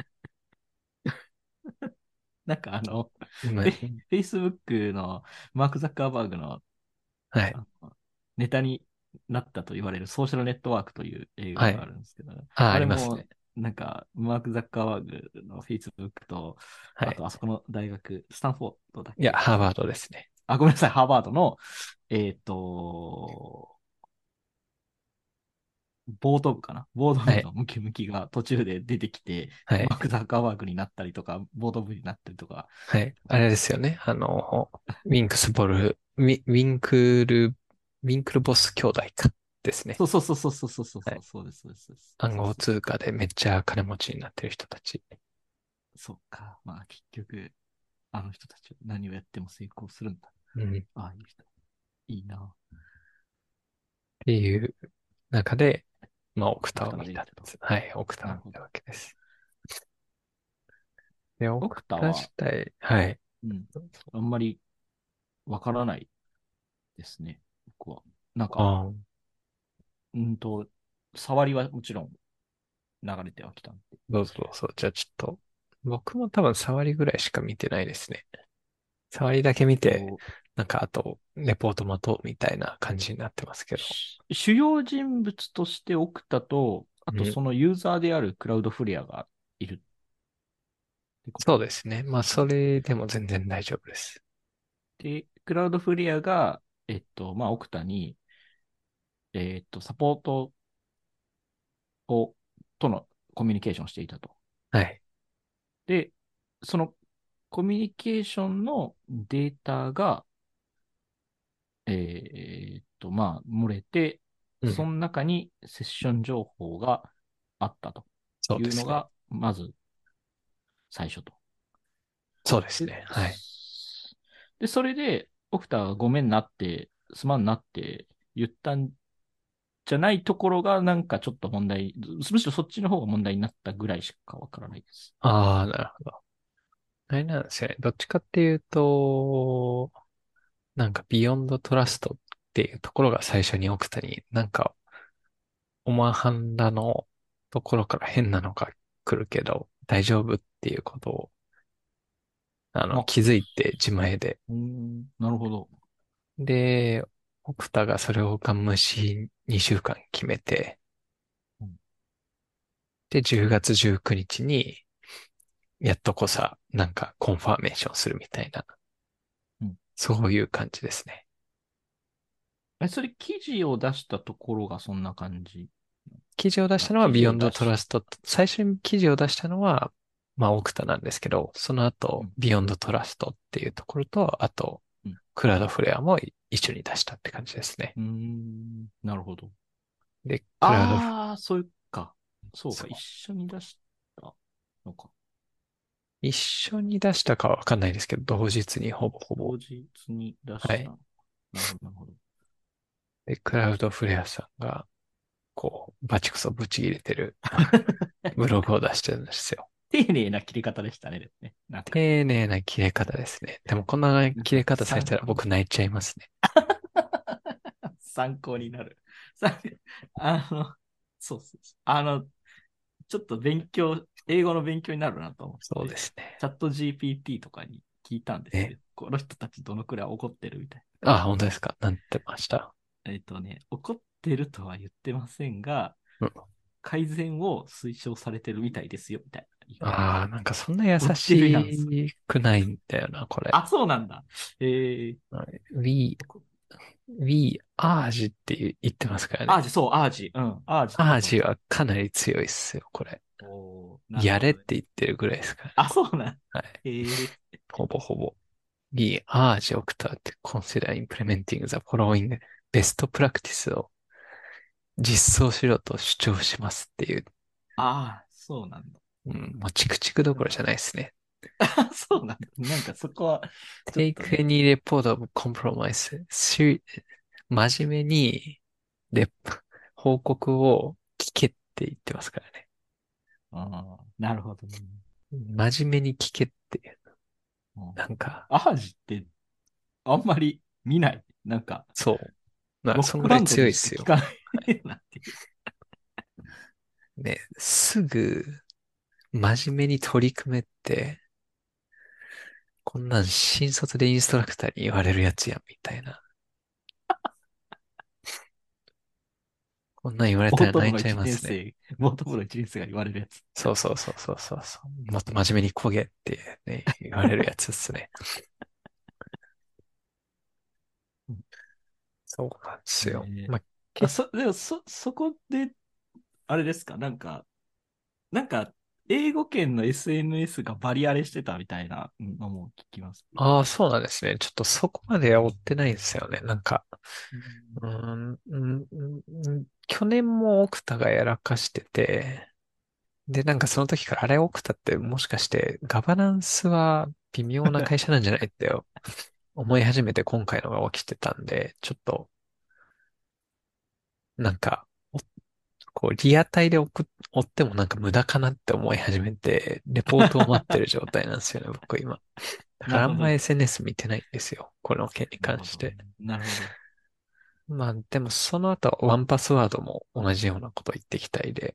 Speaker 2: なんかあの、
Speaker 1: まあ
Speaker 2: え Facebook のマーク・ザッカーバーグの
Speaker 1: はい。
Speaker 2: あのネタになったと言われるソーシャルネットワークという映画があるんですけど、
Speaker 1: あ、
Speaker 2: あ
Speaker 1: あ
Speaker 2: れ
Speaker 1: り
Speaker 2: も
Speaker 1: ますね。
Speaker 2: なんかマーク・ザッカーバーグの Facebook と、
Speaker 1: は
Speaker 2: あ
Speaker 1: い。
Speaker 2: とあそこの大学、スタンフォードだっけ
Speaker 1: いや、ハーバードですね。
Speaker 2: あ、ごめんなさい、ハーバードの、えっ、と、ボート部かなボート部のムキムキが途中で出てきて、
Speaker 1: はい
Speaker 2: マ。ーク・ザッカーバーグになったりとか、ボート部になったりとか、
Speaker 1: はい。あれですよね。あの、ウィンクスボル、ウィ、ウィンクル、ウィンクルボス兄弟か。ですね
Speaker 2: そ。うそうそうそうそうそうそう、
Speaker 1: はい
Speaker 2: そうです、そうです。そうです
Speaker 1: 暗号通貨でめっちゃ金持ちになってる人たち。
Speaker 2: そっか。まあ結局、あの人たちは何をやっても成功するんだ。
Speaker 1: うん。っ
Speaker 2: ああいう人。いいな。
Speaker 1: ていう中で、まあ、オクタを見たんです。はい。オクタを見たわけです。で、オク
Speaker 2: 僕
Speaker 1: タ
Speaker 2: たは、
Speaker 1: 自体、はい。
Speaker 2: うん、あんまりわからないですね。僕は。なんか、
Speaker 1: あー
Speaker 2: うんと、触りはもちろん流れてはきたんで。
Speaker 1: どうぞどうぞ。じゃあちょっと、僕も多分触りぐらいしか見てないですね。触りだけ見て、
Speaker 2: こ
Speaker 1: なんかあと、レポート待とうみたいな感じになってますけ
Speaker 2: う
Speaker 1: ど。
Speaker 2: し主要人物としてオクタと、あと
Speaker 1: うん
Speaker 2: そのユーザーであるクラウドフレアがいる。
Speaker 1: そうですね。まあ、それでも全然大丈夫です。
Speaker 2: で、クラウドフレアが、えっと、まあ、オクタに、えっと、サポートを、とのコミュニケーションをしていたと。
Speaker 1: はい。
Speaker 2: で、そのコミュニケーションのデータが、えーっと、まあ、漏れて、
Speaker 1: うん
Speaker 2: その中にセッション情報があったと
Speaker 1: そう
Speaker 2: い
Speaker 1: で
Speaker 2: う
Speaker 1: す
Speaker 2: の
Speaker 1: ね。
Speaker 2: が、まず、最初と。
Speaker 1: そうですね。はい。。
Speaker 2: で、それで、オクタがごめんなって、すまんなって言ったんじゃないところが、なんかちょっと問題、むしろそっちの方が問題になったぐらいしかわからないです。
Speaker 1: ああ、なるほど。あれなんですよね。どっちかっていうと、なんか、ビヨンドトラストっていうところが最初に奥田に、なんか、オマハンダのところから変なのが来るけど、大丈夫っていうことを、あの、
Speaker 2: あ
Speaker 1: 気づいて自前で。
Speaker 2: うん、なるほど。
Speaker 1: で、奥田がそれをガン無視2週間決めて
Speaker 2: うん、
Speaker 1: で、10月19日に、やっとこさ、なんかコンファーメーションするみたいな
Speaker 2: うん、
Speaker 1: そういう感じですね。
Speaker 2: え、それ記事を出したところがそんな感じ。
Speaker 1: 記事を出したのは
Speaker 2: あ記
Speaker 1: ビ
Speaker 2: 事
Speaker 1: ヨ
Speaker 2: を
Speaker 1: ンド
Speaker 2: 出し
Speaker 1: トラストと、最初に記事を出したのは、まあ、オクタなんですけど、その後
Speaker 2: うん、
Speaker 1: ビヨンドトラストっていうところと、あと
Speaker 2: うん、
Speaker 1: クラウドフレアも一緒に出したって感じですね。
Speaker 2: うん、なるほど。
Speaker 1: で、クラウドフレア、
Speaker 2: ああ、そういうか。そう
Speaker 1: そ
Speaker 2: か。
Speaker 1: う
Speaker 2: 一緒に出したのか。
Speaker 1: 一緒に出したかはわかんないですけど、同日にほぼほぼ
Speaker 2: 同日に出した。
Speaker 1: はい
Speaker 2: なるほど、なるほど。
Speaker 1: で、クラウドフレアさんが、こう、バチクソブチ切れて るブログを出してるんですよ。
Speaker 2: 丁寧な切り方でしたね。ですねなんか
Speaker 1: 丁寧な切れ方ですね。でも、こんな切れ方されたら僕泣いちゃいますね。
Speaker 2: 参考になる。さあの、そうそうそうあの、ちょっと勉強、英語の勉強になるなと思って。
Speaker 1: そうですね。
Speaker 2: チャット GPT とかに聞いたんですけ
Speaker 1: え
Speaker 2: ど、この人たちどのくらい怒ってるみたい
Speaker 1: あ、本当ですか。なんてました。
Speaker 2: な。えっ、とね、怒ってるとは言ってませんが、
Speaker 1: うん
Speaker 2: 改善を推奨されてるみたいですよ、みたいな。
Speaker 1: ああ、なんかそんな優
Speaker 2: こっちに
Speaker 1: しくないんだよな、これ。
Speaker 2: あ、そうなんだ。えー、
Speaker 1: we, we, アージって言言ってますから
Speaker 2: アー
Speaker 1: ね。
Speaker 2: ジ、そう、アージ。うん、アージ。
Speaker 1: アージはかなり強いっすよ、これ。
Speaker 2: おー。
Speaker 1: やれっ
Speaker 2: なるほどね
Speaker 1: て言ってるぐらいですから。
Speaker 2: あ、そうなん。
Speaker 1: はい。
Speaker 2: えー、
Speaker 1: ほぼほぼ。We are the Octa to consider implementing the following best practice を実装しろと主張しますっていう。
Speaker 2: ああ、そうなんだ。
Speaker 1: うん、もうチクチクどころじゃないですね。
Speaker 2: あそうなんだ。なんかそこは、ちょっ
Speaker 1: Take
Speaker 2: とね
Speaker 1: any report of compromise. し真面目にレポ報告を聞けって言ってますからね。
Speaker 2: あーなるほどね。
Speaker 1: 真面目に聞けっていう。
Speaker 2: うん
Speaker 1: なんか、
Speaker 2: アージって、あんまり見ない。なんか、
Speaker 1: そう。ま
Speaker 2: ロ
Speaker 1: あ、
Speaker 2: ッ
Speaker 1: そんぐ
Speaker 2: クバ
Speaker 1: ら
Speaker 2: ン
Speaker 1: い
Speaker 2: ド
Speaker 1: 強い
Speaker 2: で
Speaker 1: っ
Speaker 2: し
Speaker 1: す
Speaker 2: か
Speaker 1: よ
Speaker 2: 聞。かないなっていう。
Speaker 1: ね、すぐ、真面目に取り組めって、こんなん新卒でインストラクターに言われるやつやん、みたいな。 こんなん言われ
Speaker 2: ボ
Speaker 1: た
Speaker 2: ー
Speaker 1: ら
Speaker 2: ト部
Speaker 1: 泣い
Speaker 2: の
Speaker 1: ちゃい
Speaker 2: 1
Speaker 1: ま
Speaker 2: 年
Speaker 1: すね。
Speaker 2: 生、ボート部の1年生が言われるやつ。
Speaker 1: そうそうそうそうそうそう。もっと真面目にこげって、ね、言われるやつっすね
Speaker 2: うん。
Speaker 1: そうなんですよ。
Speaker 2: ねえ
Speaker 1: まあ、
Speaker 2: あそ、でも、そ、そこで、あれですか、なんか、なんか、英語圏の SNS がバリアレしてたみたいなのも聞きます。
Speaker 1: ああ、そうなんですね。ちょっとそこまで追ってないんですよね。なんか、うーん、うんうん去年もオクタがやらかしてて、で、なんかその時から、あれ、オクタってもしかしてガバナンスは微妙な会社なんじゃないってよ思い始めて今回のが起きてたんで、ちょっと、なんか、おこう、リアタイで送っ追ってもなんか無駄かなって思い始めて、レポートを待ってる状態なんですよね、僕今。だからあんまり SNS 見てないんですよ、この件に関して。
Speaker 2: なるほど。
Speaker 1: まあでもその後ワンパスワードも同じようなこと言ってきたりで、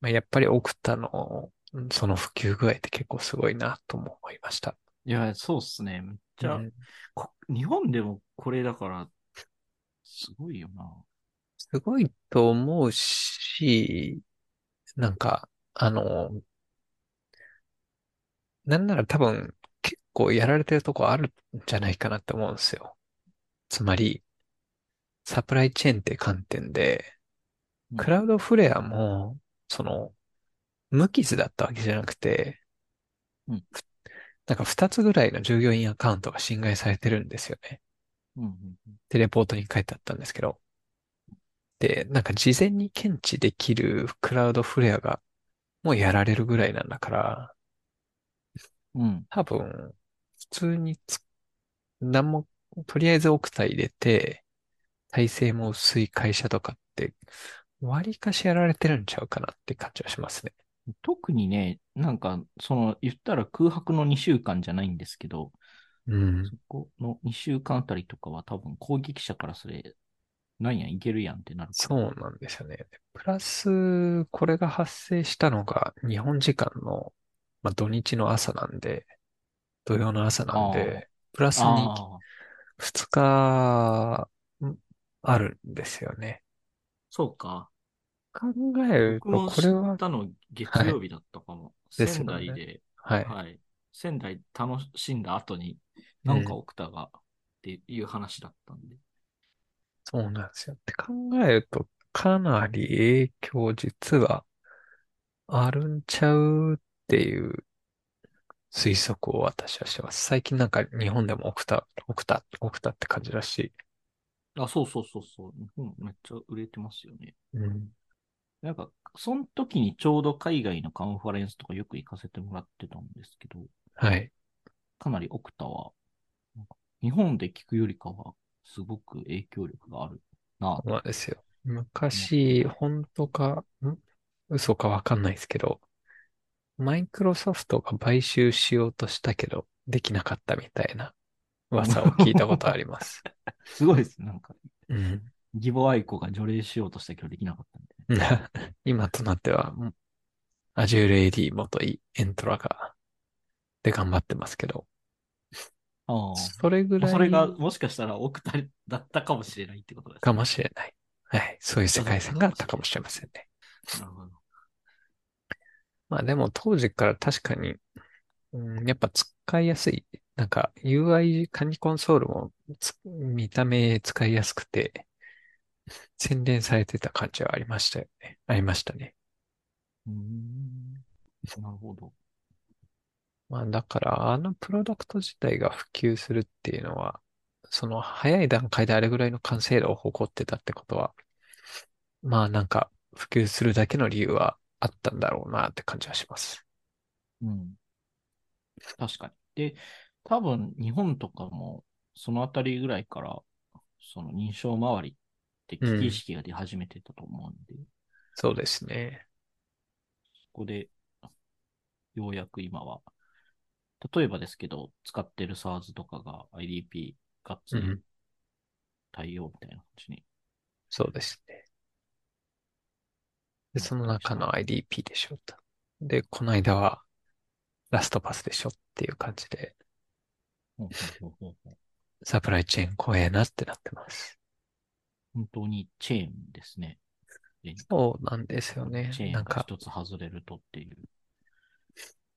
Speaker 1: まあ、やっぱりオクタのうんその普及具合って結構すごいなとも思いました。
Speaker 2: いや、そうっすね。めっちゃ、
Speaker 1: うん
Speaker 2: こ日本でもこれだから、すごいよな。
Speaker 1: すごいと思うし、なんか、あの、なんなら多分結構やられてるとこあるんじゃないかなって思うんですよ。つまり、サプライチェーンって観点で、
Speaker 2: うん
Speaker 1: クラウドフレアも、その、無傷だったわけじゃなくて、
Speaker 2: うん
Speaker 1: ふなんか2つぐらいの従業員アカウントが侵害されてるんですよね。
Speaker 2: うんうんうん
Speaker 1: で、レポートに書いてあったんですけど。で、なんか事前に検知できるクラウドフレアが、もうやられるぐらいなんだから、
Speaker 2: うん。
Speaker 1: 多分、普通につ、なんも、とりあえずオクタ入れて、体制も薄い会社とかって、割かしやられてるんちゃうかなって感じはしますね。
Speaker 2: 特にね、なんか、その、言ったら空白の2週間じゃないんですけど、
Speaker 1: うん。
Speaker 2: そこの2週間あたりとかは多分攻撃者からそれ、なんや、いけるやんってなるから。
Speaker 1: そうなんですよね。プラス、これが発生したのが日本時間の、まあ、土日の朝なんで、土曜の朝なんで、プラスに
Speaker 2: ああ、
Speaker 1: 2日んあるんですよね。
Speaker 2: そうか。
Speaker 1: 考える
Speaker 2: 僕
Speaker 1: と、
Speaker 2: も
Speaker 1: こ
Speaker 2: 知
Speaker 1: れは
Speaker 2: っ、たの月曜日だったかも。
Speaker 1: ですよ
Speaker 2: 仙
Speaker 1: ね
Speaker 2: 台で、
Speaker 1: はい。
Speaker 2: はい。仙台楽しんだ後に、なんかオクタがっていう話だったんで。
Speaker 1: そうなんですよ。って考えると、かなり影響実はあるんちゃうっていう推測を私はしてます。最近なんか日本でもオクタ、オクタ、オクタって感じらし
Speaker 2: あ、そうそうそうそう。日本めっちゃ売れてますよね。
Speaker 1: い。うん。
Speaker 2: なんか、その時にちょうど海外のカンファレンスとかよく行かせてもらってたんですけど、
Speaker 1: はい。
Speaker 2: かなりオクタは、なんか日本で聞くよりかは、すごく影響力があるな
Speaker 1: そうなんですよ。昔、本当か、ん嘘かわかんないですけど、マイクロソフトが買収しようとしたけど、できなかったみたいな噂を聞いたことあります。
Speaker 2: すごいです。なんか、
Speaker 1: うん。
Speaker 2: 義母愛子が除霊しようとしたけどできなかったんで。
Speaker 1: 今となっては、もう Azure AD 元いエントラが、で頑張ってますけど、
Speaker 2: ああ
Speaker 1: それぐらい
Speaker 2: それがもしかしたら奥田だったかもしれないってことです
Speaker 1: かもしれない。はい。そういう世界線があったかもしれませんね。
Speaker 2: ね。なるほど
Speaker 1: まあでも当時から確かに、うん、やっぱ使いやすい。なんか UI 管理コンソールもつ見た目使いやすくて、洗練されてた感じはありましたよね。ありましたね。
Speaker 2: うーんなるほど。
Speaker 1: まあだから、あのプロダクト自体が普及するっていうのは、その早い段階であれぐらいの完成度を誇ってたってことは、まあなんか普及するだけの理由はあったんだろうなって感じはします。
Speaker 2: うん。確かに。で、多分日本とかもそのあたりぐらいから、その認証周りって危機意識が出始めてたと思うんで、
Speaker 1: そうですね。
Speaker 2: そこで、ようやく今は、例えばですけど、使ってる SARS とかが IDP がっつり対応みたいな感じに。
Speaker 1: そうですね。で、その中の IDP でしょと。で、この間はラストパスでしょっていう感じで、
Speaker 2: ほうほうほうほう
Speaker 1: サプライチェーン怖えなってなってます。
Speaker 2: 本当にチェーンですね。で
Speaker 1: そうなんですよね。
Speaker 2: チェー
Speaker 1: な
Speaker 2: ン
Speaker 1: ん
Speaker 2: が
Speaker 1: か、
Speaker 2: 一つ外れるとっていう。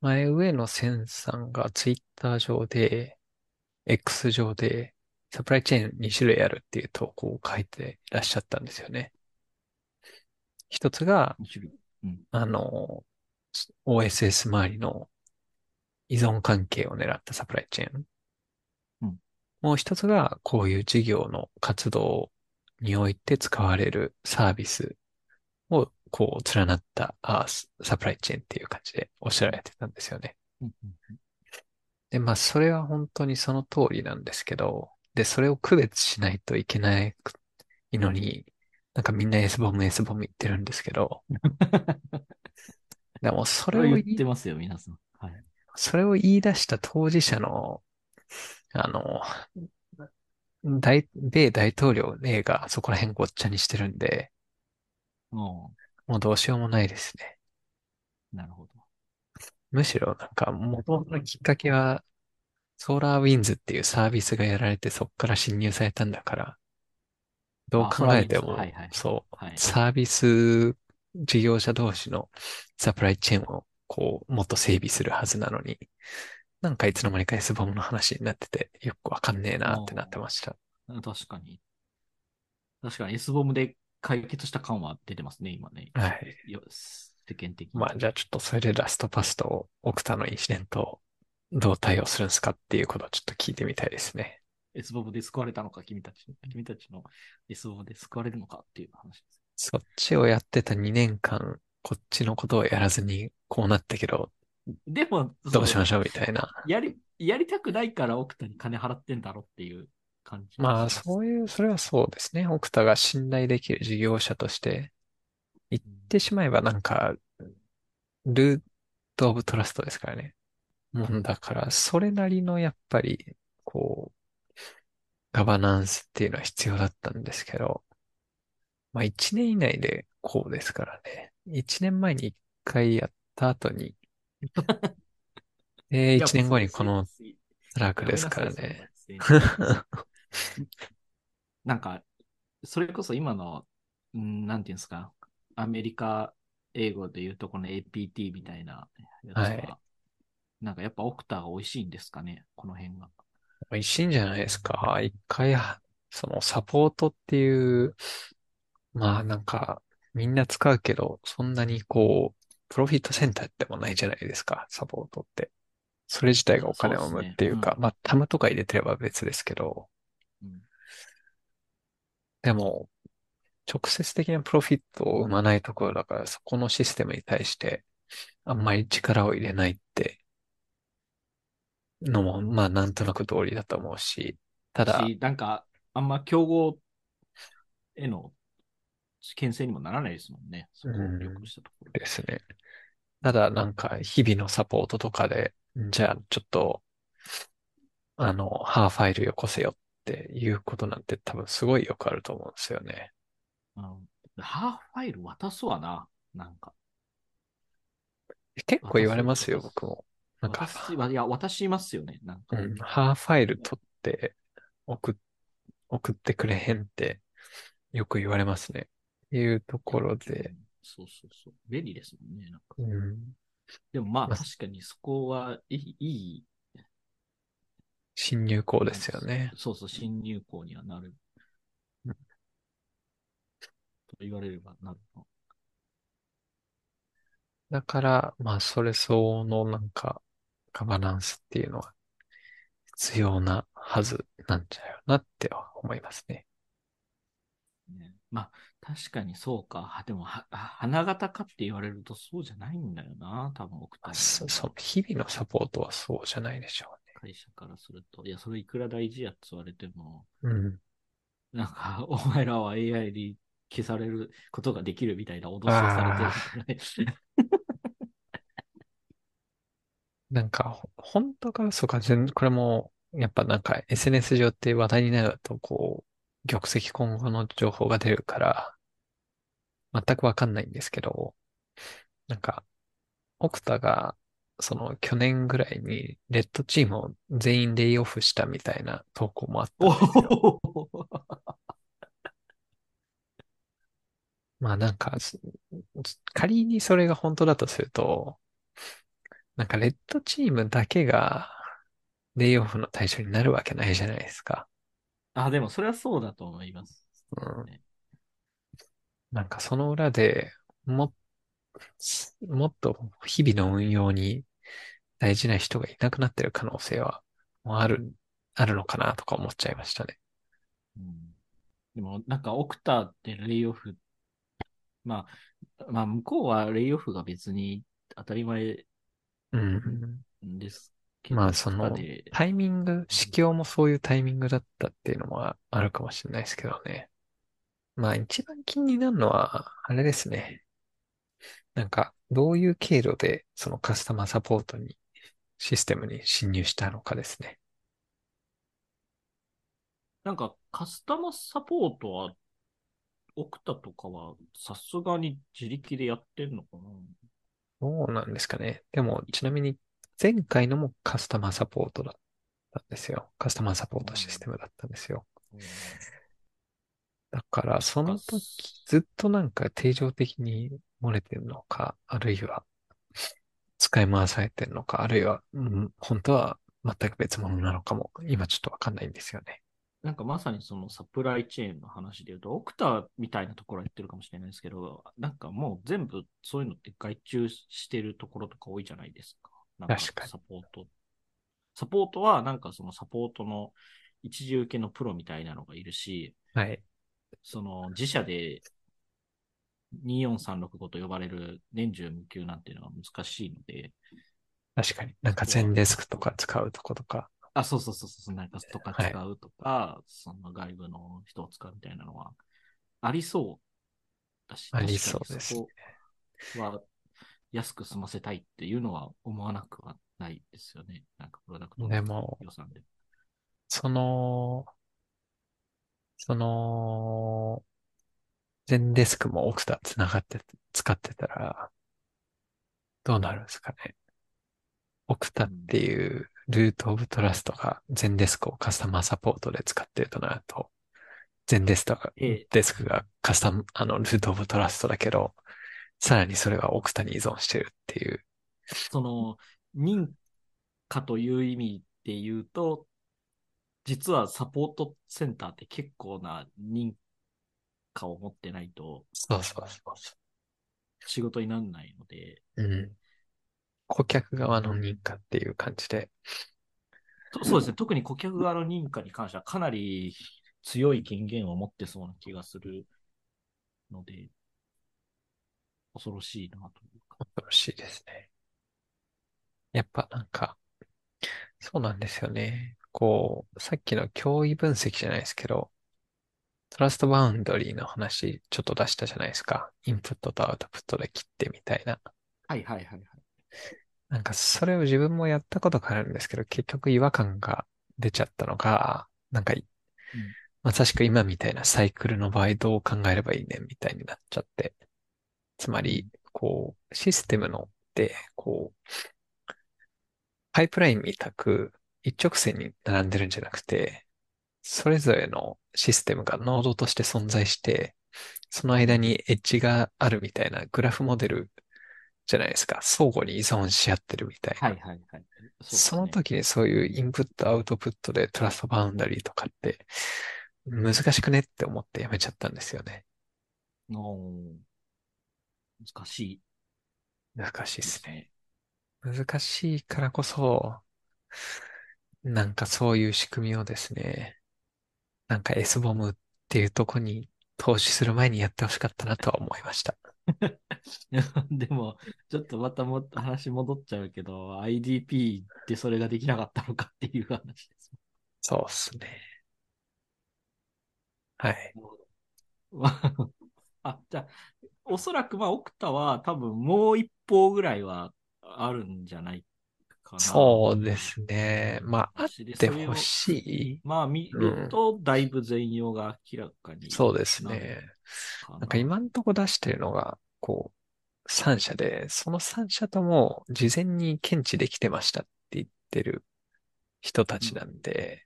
Speaker 1: 前上野千さんがツイッター上で、X 上で、サプライチェーン2種類あるっていう投稿を書いていらっしゃったんですよね。一つが、
Speaker 2: 二種類うん。
Speaker 1: あの、OSS 周りの依存関係を狙ったサプライチェーン。
Speaker 2: うん
Speaker 1: もう一つが、こういう事業の活動において使われるサービスを、こう、連なったあスサプライチェーンっていう感じでおっしゃられてたんですよね。
Speaker 2: うんうん
Speaker 1: で、まあ、それは本当にその通りなんですけど、で、それを区別しないといけないのに、なんかみんな S ボム S ボム言ってるんですけ ど、でもそ
Speaker 2: こ
Speaker 1: れ
Speaker 2: れ
Speaker 1: を
Speaker 2: を
Speaker 1: 言
Speaker 2: 言
Speaker 1: い
Speaker 2: ってますよ、皆さん。はい。
Speaker 1: それを言い出した当事者の、あの、大、米大統領例がそこら辺ごっちゃにしてるんで、
Speaker 2: お
Speaker 1: もうどうしようもないですね。
Speaker 2: なるほど。
Speaker 1: むしろなんか元々のきっかけは、ソーラーウィンズっていうサービスがやられてそこから侵入されたんだから、どう
Speaker 2: あ
Speaker 1: 考
Speaker 2: ソーラーウィ
Speaker 1: え
Speaker 2: ンズ
Speaker 1: ても、
Speaker 2: はいはい
Speaker 1: そう、
Speaker 2: はい。
Speaker 1: サービス事業者同士のサプライチェーンをこう、もっと整備するはずなのに、なんかいつの間にか S ボムの話になってて、よくわかんねえなってなってました。
Speaker 2: 確かに。確かに S ボムで解決した感は出てますね、今ね。
Speaker 1: はい。
Speaker 2: よ世間的に。
Speaker 1: まあ、じゃあちょっとそれでラストパスとオクタのインシデントをどう対応するんですかっていうことをちょっと聞いてみたいですね。
Speaker 2: S ボムで救われたのか、君たち。君たちの S ボムで救われるのかっていう話です。
Speaker 1: そっちをやってた2年間、こっちのことをやらずにこうなったけど、
Speaker 2: でも、
Speaker 1: どうしましょう
Speaker 2: う
Speaker 1: みたいな。
Speaker 2: やり、やりたくないから奥田に金払ってんだろっていう感じ。
Speaker 1: まあ、そういう、それはそうですね。オクタが信頼できる事業者として言ってしまえばなんか、ルートオブトラストですからね。もんだから、それなりのやっぱり、こう、ガバナンスっていうのは必要だったんですけど、まあ1年以内でこうですからね。1年前に1回やった後 に、で、1年後にこの
Speaker 2: ト
Speaker 1: トラックですからね。。
Speaker 2: やめなさいそんなのなんか、それこそ今の、うんなんていうんですか、アメリカ英語で言うとこの APT みたいなやつは、
Speaker 1: はい
Speaker 2: なんかやっぱオクターが美味しいんですかね、この辺が。
Speaker 1: 美味しいんじゃないですか。一回、そのサポートっていう、まあなんか、みんな使うけど、そんなにこう、プロフィットセンターでもないじゃないですか、サポートって。それ自体がお金を生むっていうか、
Speaker 2: そうですねうん
Speaker 1: まあ、タムとか入れてれば別ですけど、
Speaker 2: うん
Speaker 1: でも、直接的なプロフィットを生まないところだから、そこのシステムに対して、あんまり力を入れないって、のも、まあ、なんとなく道理だと思うし、ただ、
Speaker 2: し、なんか、あんま競合への牽制にもならないですもんね、そこを
Speaker 1: うん
Speaker 2: よくしたところ。
Speaker 1: ですね。ただなんか日々のサポートとかで、じゃあちょっと、あの、ハーファイルよこせよっていうことなんて多分すごいよくあると思うんですよね。
Speaker 2: うんハーフファイル渡すわな、なんか。
Speaker 1: 結構言われますよ、
Speaker 2: 私
Speaker 1: 僕も。なんか、
Speaker 2: 私は、いや、私いますよね。なんか、
Speaker 1: うん、ハーファイル取って、送っ、送ってくれへんって、よく言われますね。っていうところで、
Speaker 2: そうそうそう。便利ですもんね。なんか
Speaker 1: うん、
Speaker 2: でもまあ、
Speaker 1: まあ
Speaker 2: 確かにそこはいい、いい
Speaker 1: 新入校ですよね。
Speaker 2: そうそう、新入校にはなる。
Speaker 1: うん
Speaker 2: と言われればなるの。
Speaker 1: だから、まあ、それ相応のなんか、ガバナンスっていうのは必要なはずなんじゃないかなって思いますね。
Speaker 2: ね、まあ、確かにそうか。あでもは、は花形かって言われるとそうじゃないんだよな。多分、送っ
Speaker 1: ま
Speaker 2: た
Speaker 1: あ
Speaker 2: の
Speaker 1: そそ日々のサポートはそうじゃないでしょ
Speaker 2: 会社からすると。いや、それいくら大事やって言われても、
Speaker 1: うね。うん。
Speaker 2: なんか、お前らは AI に消されることができるみたいな脅しをされてるみたいな。
Speaker 1: なんか、ほ本当かそうか、全これも、やっぱなんか SNS 上って話題になると、こう、玉石混合の情報が出るから、全くわかんないんですけど、なんか、オクタが、その去年ぐらいに、レッドチームを全員レイオフしたみたいな投稿もあったんですよ。
Speaker 2: お お
Speaker 1: まあなんか、す仮にそれが本当だとすると、なんかレッドチームだけが、レイオフの対象になるわけないじゃないですか。
Speaker 2: あ、でも、それはそうだと思います。
Speaker 1: うん
Speaker 2: ね
Speaker 1: なんかその裏でも、すもっと日々の運用に大事な人がいなくなってる可能性はもうある、あるのかなとか思っちゃいましたね。
Speaker 2: うんでも、なんか、オクタってレイオフ、まあ、まあ、向こうはレイオフが別に当たり前
Speaker 1: うん。
Speaker 2: ですけど、
Speaker 1: まあその
Speaker 2: 中で
Speaker 1: タイミング、指標もそういうタイミングだったっていうのもああるかもしれないですけどね。まあ一番気になるのは、あれですね。なんか、どういう経路でそのカスタマーサポートに、システムに侵入したのかですね。
Speaker 2: なんか、カスタマーサポートは、オクタとかは、さすがに自力でやってんのかな
Speaker 1: どうなんですかね。でも、ちなみに、前回のもカスタマーサポートだったんですよ。カスタマーサポートシステムだったんですよ。
Speaker 2: うん
Speaker 1: だから、その時、ずっとなんか定常的に漏れてるのか、あるいは、使い回されてるのか、あるいは、うん、本当は全く別物なのかも、今ちょっとわかんないんですよね。
Speaker 2: なんかまさにそのサプライチェーンの話で言うと、オクタみたいなところは言ってるかもしれないですけど、なんかもう全部そういうのって外注してるところとか多いじゃないですか。なん
Speaker 1: 確かに
Speaker 2: サポート。サポートはなんかそのサポートの一時受けのプロみたいなのがいるし、
Speaker 1: はい。
Speaker 2: その自社で24365と呼ばれる年中無休なんていうのは難しいので、
Speaker 1: 確かに。なんか全デスクとか使うとことか。
Speaker 2: あ、そうそうそうそう、なんかとか
Speaker 1: はい
Speaker 2: 使うとか、その外部の人を使うみたいなのは、ありそうだし、
Speaker 1: ありそうですね
Speaker 2: 確かにそこは安く済ませたいっていうのは思わなくはないですよね。なんかプロダクト
Speaker 1: でも、
Speaker 2: 予算で。
Speaker 1: その、その、全デスクもオクタ繋がって、使ってたら、どうなるんですかね。オクタっていうルートオブトラストが全デスクをカスタマーサポートで使ってるとなると、全デスクが、
Speaker 2: ええ
Speaker 1: デスクがカスタム、あの、ルートオブトラストだけど、さらにそれがオクタに依存してるっていう、
Speaker 2: その、認可という意味で言うと、実はサポートセンターって結構な認可を持ってないと
Speaker 1: そうそうそうそ
Speaker 2: 仕事にならないので、
Speaker 1: う。うん。顧客側の認可っていう感じで、
Speaker 2: とそうですね、特に顧客側の認可に関しては、かなり強い権限を持ってそうな気がするので、恐ろしいなというか。
Speaker 1: 恐ろしいですね。やっぱなんか、そうなんですよね。こう、さっきの脅威分析じゃないですけど、トラストバウンドリーの話ちょっと出したじゃないですか。インプットとアウトプットで切ってみたいな。
Speaker 2: はいはいはいはい。
Speaker 1: なんかそれを自分もやったことがあるんですけど、結局違和感が出ちゃったのが、なんかい、まさしく今みたいなサイクルの場合どう考えればいいねみたいになっちゃって。つまり、こう、システムの、こう、パイプラインみたく一直線に並んでるんじゃなくて、それぞれのシステムがノードとして存在して、その間にエッジがあるみたいなグラフモデルじゃないですか。相互に依存し合ってるみたいな。
Speaker 2: はいはいはい。うです
Speaker 1: その
Speaker 2: ね
Speaker 1: 時にそういうインプットアウトプットでトラストバウンダリーとかって難しくねって思ってやめちゃったんですよね。
Speaker 2: おー難しい
Speaker 1: 難しい
Speaker 2: で
Speaker 1: です
Speaker 2: す
Speaker 1: ね。
Speaker 2: ね。
Speaker 1: 難しいからこそ、なんかそういう仕組みをですね、なんか S ボムっていうとこに投資する前にやってほしかったなとは思いました。
Speaker 2: いや でも、ちょっとまたも話戻っちゃうけど、IDP ってそれができなかったのかっていう話です。
Speaker 1: そうっすね。はい。
Speaker 2: あ、じゃあ、おそらく、まあ、オクタは多分もう一方ぐらいはあるんじゃないかな。
Speaker 1: そうですね。まあ、あっ
Speaker 2: で
Speaker 1: て
Speaker 2: それを
Speaker 1: ほしい。
Speaker 2: まあ、見ると、だいぶ全容が明らかに。
Speaker 1: そうですね。
Speaker 2: かな。
Speaker 1: なんか今んとこ出してるのが、こう、3社で、その3社とも事前に検知できてましたって言ってる人たちなんで、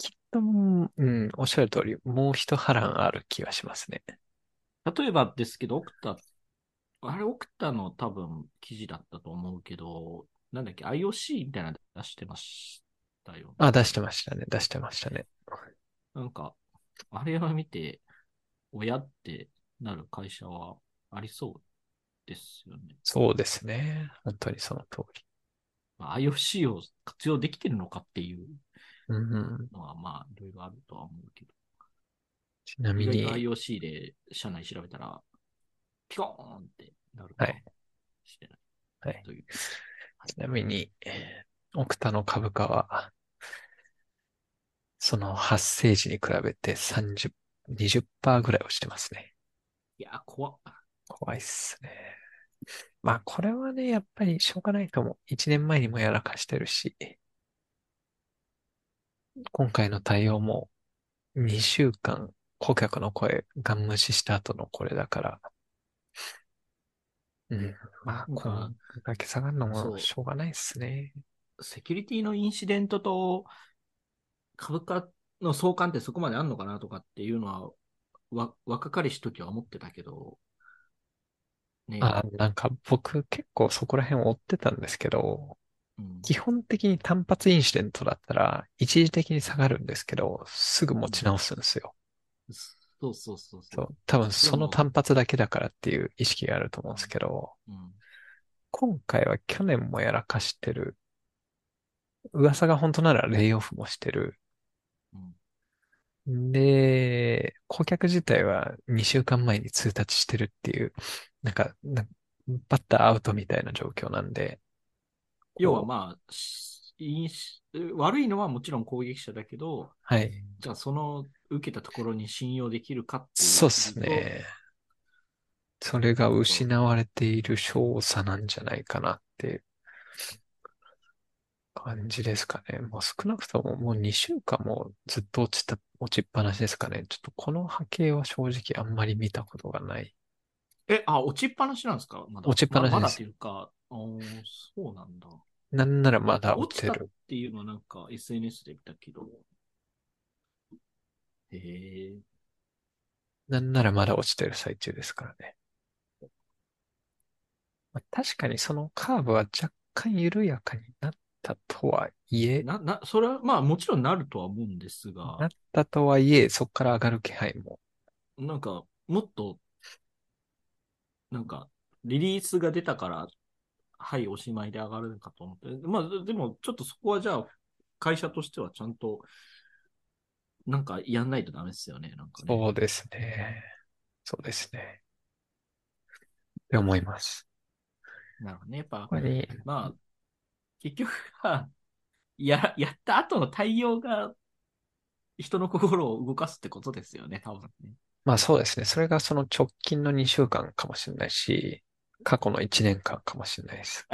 Speaker 1: きっともう、うん、おっしゃる通り、もう一波乱ある気がしますね。
Speaker 2: 例えばですけど、オクタ、あれ、オクタの多分記事だったと思うけど、なんだっけ、IOC みたいなの出してましたよ。
Speaker 1: あ、出してましたね。出してましたね。
Speaker 2: なんか、あれを見て、親ってなる会社はありそうですよね。
Speaker 1: そうですね。本当にその通り。
Speaker 2: まあ、IOC を活用できてるのかっていう
Speaker 1: うん、
Speaker 2: のは、まあ、いろいろあるとは思うけど。
Speaker 1: ちなみ
Speaker 2: 意
Speaker 1: に、
Speaker 2: 外と IOC で社内調べたら、ピコーンってなるかもしれない。
Speaker 1: はい
Speaker 2: という。
Speaker 1: ちなみに、オクタの株価は、その発生時に比べて30、20%ぐらい落ちてますね。
Speaker 2: いやー、怖っ。
Speaker 1: 怖いっすね。まあ、これはね、やっぱりしょうがないと思う。1年前にもやらかしてるし、今回の対応も2週間顧客の声が無視した後のこれだから、うん。まあ、
Speaker 2: なん
Speaker 1: こ
Speaker 2: か
Speaker 1: んだけ下がるの
Speaker 2: そ
Speaker 1: も
Speaker 2: う
Speaker 1: しょうがないっすね。
Speaker 2: セキュリティのインシデントと株価の相関ってそこまであんのかなとかっていうのは、わ若かりし時は思ってたけど、ね、
Speaker 1: あ、なんか僕結構そこら辺を追ってたんですけど、
Speaker 2: うん
Speaker 1: 基本的に単発インシデントだったら一時的に下がるんですけど、すぐ持ち直すんですよ。
Speaker 2: そうそうそうそ
Speaker 1: そうう。多分その単発だけだからっていう意識があると思うんですけど、
Speaker 2: うん
Speaker 1: 今回は去年もやらかしてる。噂が本当ならレイオフもしてる。
Speaker 2: うん
Speaker 1: で、顧客自体は2週間前に通達してるっていう、なんか、なバッターアウトみたいな状況なんで、
Speaker 2: 要はまあ、しインシ悪いのはもちろん攻撃者だけど、
Speaker 1: はい。
Speaker 2: じゃあその受けたところに信用できるかっていう。
Speaker 1: そうです。ね。それが失われている少佐なんじゃないかなっていう感じですかね。もう少なくとももう2週間もずっと落ちた、落ちっぱなしですかね。ちょっとこの波形は正直あんまり見たことがない。
Speaker 2: え、あ、落ちっぱなしなんですかまだ。
Speaker 1: 落ちっぱなしです
Speaker 2: ままだというか、おーそうなんだ。
Speaker 1: なんなら まだ落
Speaker 2: 落
Speaker 1: ち
Speaker 2: ち
Speaker 1: て
Speaker 2: たっ
Speaker 1: る。
Speaker 2: ていうのはなんか SNS で見たけど。へえ。
Speaker 1: なんならまだ落ちてる最中ですからね。まあ確かにそのカーブは若干緩やかになったとはいえ、
Speaker 2: な、な、それはまあもちろんなるとは思うんです
Speaker 1: な
Speaker 2: が
Speaker 1: っ、たとはいえ、そこから上がる気配も
Speaker 2: なんかもっと、なんかリリースが出たから、はい、おしまいで上がるのかと思って。まあでもちょっとそこはじゃあ、会社としてはちゃんと、なんかやんないとダメですよね。なんかね。
Speaker 1: そうですね。そうですね。って思います。
Speaker 2: なるほどね。やっぱ、
Speaker 1: これ
Speaker 2: まあ、結局は、や、やった後の対応が人の心を動かすってことですよね、多分ね。
Speaker 1: まあそうですね。それがその直近の2週間かもしれないし、過去の1年間かもしれないです。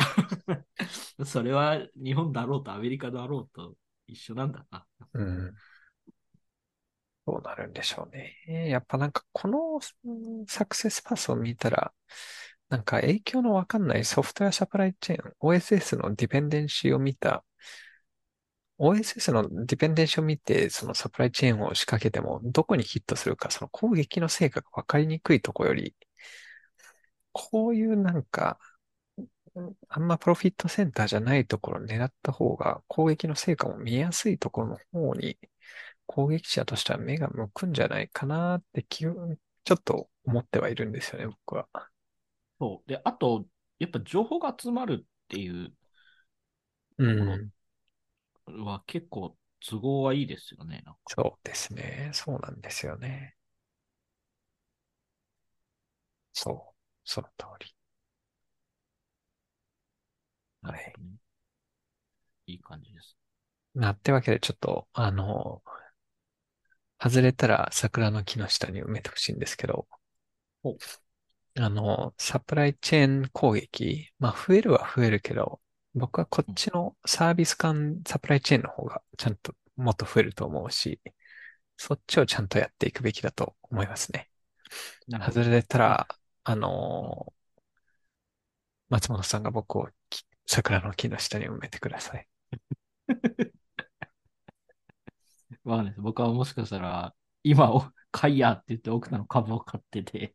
Speaker 2: それは日本だろうとアメリカだろうと一緒なんだな。
Speaker 1: うん。どうなるんでしょうね。やっぱなんかこのうんサクセスパスを見たら、なんか影響のわかんないソフトウェアサプライチェーン、OSS のディペンデンシーを見た、OSS のディペンデンシーを見て、そのサプライチェーンを仕掛けても、どこにヒットするか、その攻撃の成果がわかりにくいとこより、こういうなんか、あんまプロフィットセンターじゃないところを狙った方が、攻撃の成果も見えやすいところの方に、攻撃者としては目が向くんじゃないかなって気を、ちょっと思ってはいるんですよね、僕は。
Speaker 2: そう。で、あと、やっぱ情報が集まるっていう
Speaker 1: うん。
Speaker 2: のは結構都合はいいですよね。なんか
Speaker 1: そうですね。そうなんですよね。そう。その通り。はい
Speaker 2: なるほどねいい感じです。
Speaker 1: なってわけで、ちょっと、あの、外れたら桜の木の下に埋めてほしいんですけど
Speaker 2: お、
Speaker 1: あの、サプライチェーン攻撃、まあ増えるは増えるけど、僕はこっちのサービス間サプライチェーンの方がちゃんともっと増えると思うし、そっちをちゃんとやっていくべきだと思いますね。
Speaker 2: なるほど
Speaker 1: 外れたら、あのー松本さんが僕をき桜の木の下に埋めてください。
Speaker 2: わかんないです。僕はもしかしたら、今を買いやって言って奥さんの株を買ってて、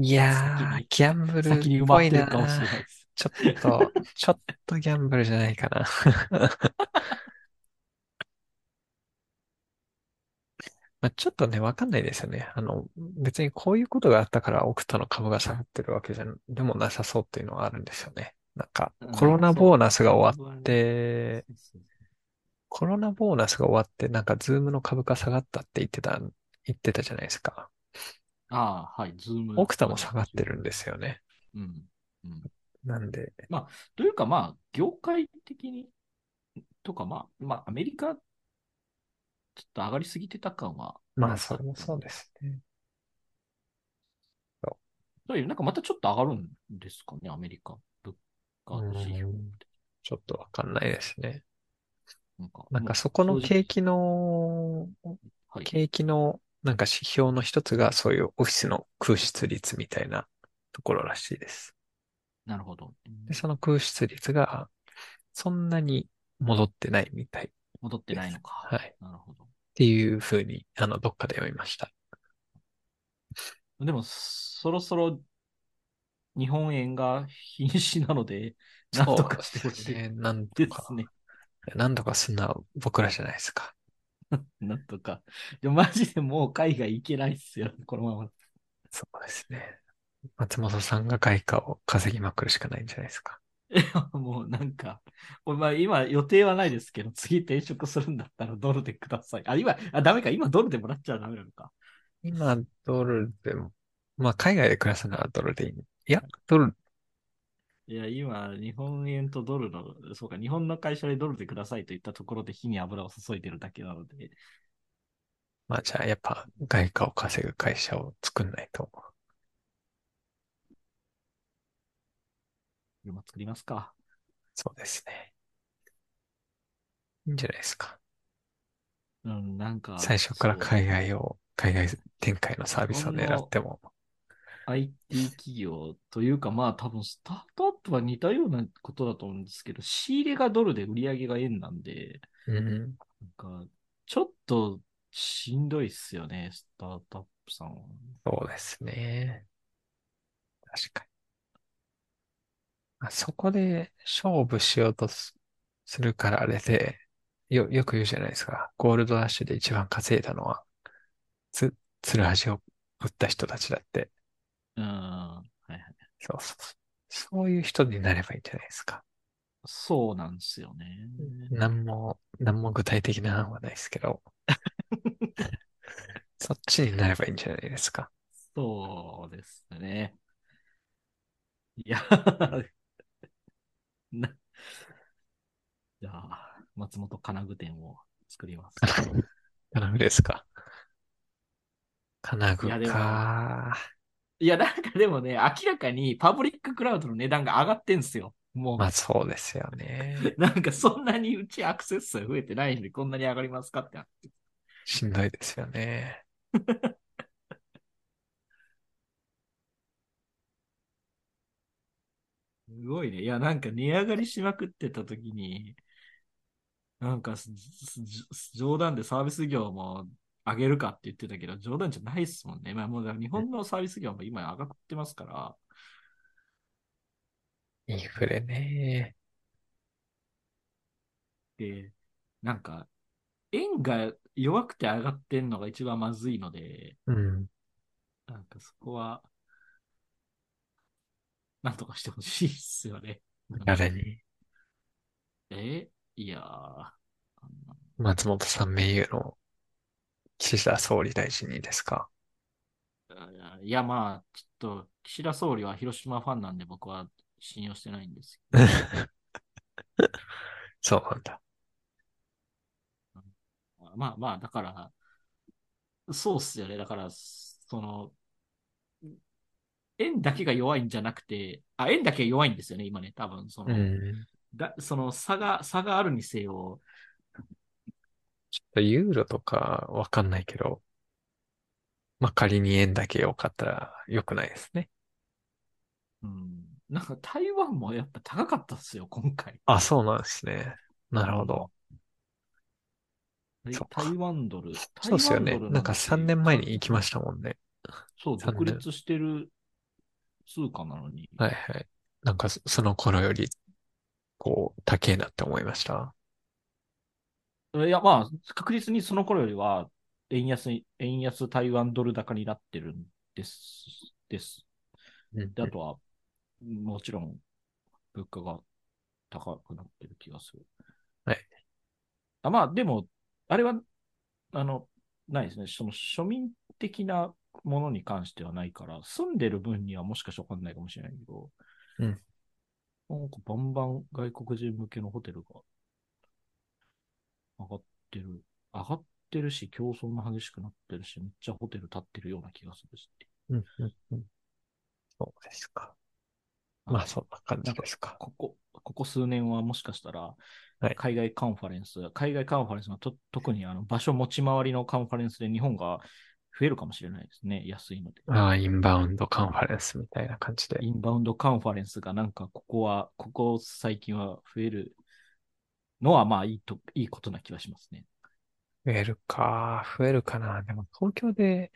Speaker 1: いや
Speaker 2: 先
Speaker 1: ー、ギャンブル
Speaker 2: 先に
Speaker 1: っ
Speaker 2: 埋ま
Speaker 1: ぽ
Speaker 2: っ
Speaker 1: い
Speaker 2: て
Speaker 1: な
Speaker 2: るかもしれないです。
Speaker 1: ちょっ と、ちょっとギャンブルじゃない かな。まあ、ちょっとね、わかんないですよね。あの、別にこういうことがあったから、オクタの株が下がってるわけじゃんでもなさそうっていうのはあるんですよね。なんか、コロナボーナスが終わっ、
Speaker 2: って
Speaker 1: コロナボーナスが終わって、なんか、ズームの株価下がったって言ってた、言ってたじゃないですか。
Speaker 2: ああ、はい、ズーム。
Speaker 1: オクタも下がってるんですよね。
Speaker 2: うん。うん。
Speaker 1: なんで、
Speaker 2: というか、まあ、業界的に、とか、まあ、まあ、アメリカ、ちょっと上がりすぎてた感は、
Speaker 1: まあ、それもそうですね。
Speaker 2: そういうなんかまたちょっと上がるんですかね、アメリカ、物価指標
Speaker 1: うん
Speaker 2: って。
Speaker 1: ちょっとわかんないですね。
Speaker 2: なんか、
Speaker 1: なんかそこの
Speaker 2: 正直
Speaker 1: 景気の、
Speaker 2: はい、
Speaker 1: 景気のなんか指標の一つがそういうオフィスの空室率みたいなところらしいです。
Speaker 2: なるほど。うん
Speaker 1: で、その空室率がそんなに戻ってないみたい。
Speaker 2: 戻ってないのか。
Speaker 1: はい。っ
Speaker 2: なるほど。
Speaker 1: ていうふうに、あの、どっかで読みました。
Speaker 2: でも、そろそろ日本円が瀕死なので、なんとかしてほしい
Speaker 1: そうですね。なんと
Speaker 2: で
Speaker 1: か
Speaker 2: す。ね。
Speaker 1: なんとかすんな僕らじゃないですか。
Speaker 2: なんとか。でもマジでもう海外行けないっすよ、このまま。
Speaker 1: そうですね。松本さんが外貨を稼ぎまくるしかないんじゃないですか。
Speaker 2: もうなんか、お前今予定はないですけど、次転職するんだったらドルでください。あ、今、あ、ダメか、今ドルでもらっちゃダメなのか。
Speaker 1: 今、ドルでも、まあ、海外で暮らすならドルでいい。いや、ドル、
Speaker 2: いや、今、日本円とドルの、そうか、日本の会社でドルでくださいと言ったところで火に油を注いでるだけなので、
Speaker 1: まあ、じゃあ、やっぱ、外貨を稼ぐ会社を作んないと。
Speaker 2: 車作りますか。
Speaker 1: そうですね。いいんじゃないですか。
Speaker 2: うん、なんか、
Speaker 1: 最初から
Speaker 2: そう
Speaker 1: 海外を、海外展開のサービスを狙っても。
Speaker 2: IT 企業というか、まあ多分スタートアップは似たようなことだと思うんですけど、仕入れがドルで売り上げが円なんで、
Speaker 1: うん。
Speaker 2: なんかちょっとしんどいっすよね、スタートアップさんは。
Speaker 1: そうですね。確かに。あそこで勝負しようとすするからあれで、よ、よく言うじゃないですか。ゴールドラッシュで一番稼いだのは、つ、ツルハシを売った人たちだって。
Speaker 2: うん、はいはい。
Speaker 1: そうそうそう。そういう人になればいいんじゃないですか。
Speaker 2: そうなんですよね。
Speaker 1: なんも、なんも具体的な案はないですけど。そっちになればいいんじゃないですか。
Speaker 2: そうですね。いや、 な、じゃあ、松本金具店を作ります。
Speaker 1: 金具ですか。金具
Speaker 2: いやでも
Speaker 1: か。
Speaker 2: いや、なんかでもね、明らかにパブリッククラウドの値段が上がってんすよ。もう、
Speaker 1: まあそうですよね。
Speaker 2: なんかそんなにうちアクセス数増えてないんで、こんなに上がりますかって。
Speaker 1: しんどいですよね。
Speaker 2: すごいね。いや、なんか値上がりしまくってた時に、なんかすすす冗談でサービス業も上げるかって言ってたけど、冗談じゃないっすもんね。まあもうだから日本のサービス業も今上がってますから。
Speaker 1: インフレね。
Speaker 2: で、なんか、円が弱くて上がってんのが一番まずいので、
Speaker 1: うん。
Speaker 2: なんかそこは、なんとかしてほしいっすよね。
Speaker 1: 誰に
Speaker 2: えいやーあんな
Speaker 1: 松本さん名誉の岸田総理大臣にですか
Speaker 2: あいや、まあ、ちょっと、岸田総理は広島ファンなんで僕は信用してないんですけど。
Speaker 1: そうなんだ。
Speaker 2: まあまあ、だから、そうっすよね。だから、その、円だけが弱いんじゃなくて、あ、円だけ弱いんですよね、今ね、多分、その、
Speaker 1: うん。
Speaker 2: だその差が、差があるにせよ、
Speaker 1: ちょっとユーロとかわかんないけど、まあ、仮に円だけ良かったら良くないですね。
Speaker 2: うん、なんか台湾もやっぱ高かったっすよ、今回。
Speaker 1: あ、そうなんですね。なるほど。そっか
Speaker 2: 台湾ドル、
Speaker 1: そうですよ
Speaker 2: 台
Speaker 1: ね。
Speaker 2: 湾ドル
Speaker 1: なんか3年前に行きま
Speaker 2: た。
Speaker 1: したもんね。
Speaker 2: そう、
Speaker 1: 三
Speaker 2: 独
Speaker 1: 年
Speaker 2: 立してる通貨なのに。
Speaker 1: はいはい。なんかそその頃より、こう、高えなって思いました。
Speaker 2: いや、まあ、確実にその頃よりは、円安に、円安台湾ドル高になってるんです、です。
Speaker 1: うん
Speaker 2: で、あとは、もちろん、物価が高くなってる気がする。
Speaker 1: はい。
Speaker 2: あまあ、でも、あれは、あの、ないですね。その庶民的なものに関してはないから、住んでる分にはもしかしてわかんないかもしれないけど、
Speaker 1: うん
Speaker 2: なんかバンバン外国人向けのホテルが上がってる。上がってるし、競争も激しくなってるし、めっちゃホテル立ってるような気がするし。
Speaker 1: うんうんうんそうですか。まあ、そんな感じですか。
Speaker 2: ここ、ここ数年はもしかしたら
Speaker 1: はい、
Speaker 2: 海外カンファレンス、海外カンファレンスのと特にあの場所持ち回りのカンファレンスで日本が増えるかもしれないですね、安いので。
Speaker 1: ああ、インバウンドカンファレンスみたいな感じで。
Speaker 2: インバウンドカンファレンスがなんかここは、ここ最近は増えるのはまあいいと、いいことな気がしますね。
Speaker 1: 増えるか、増えるかな。でも、東京で、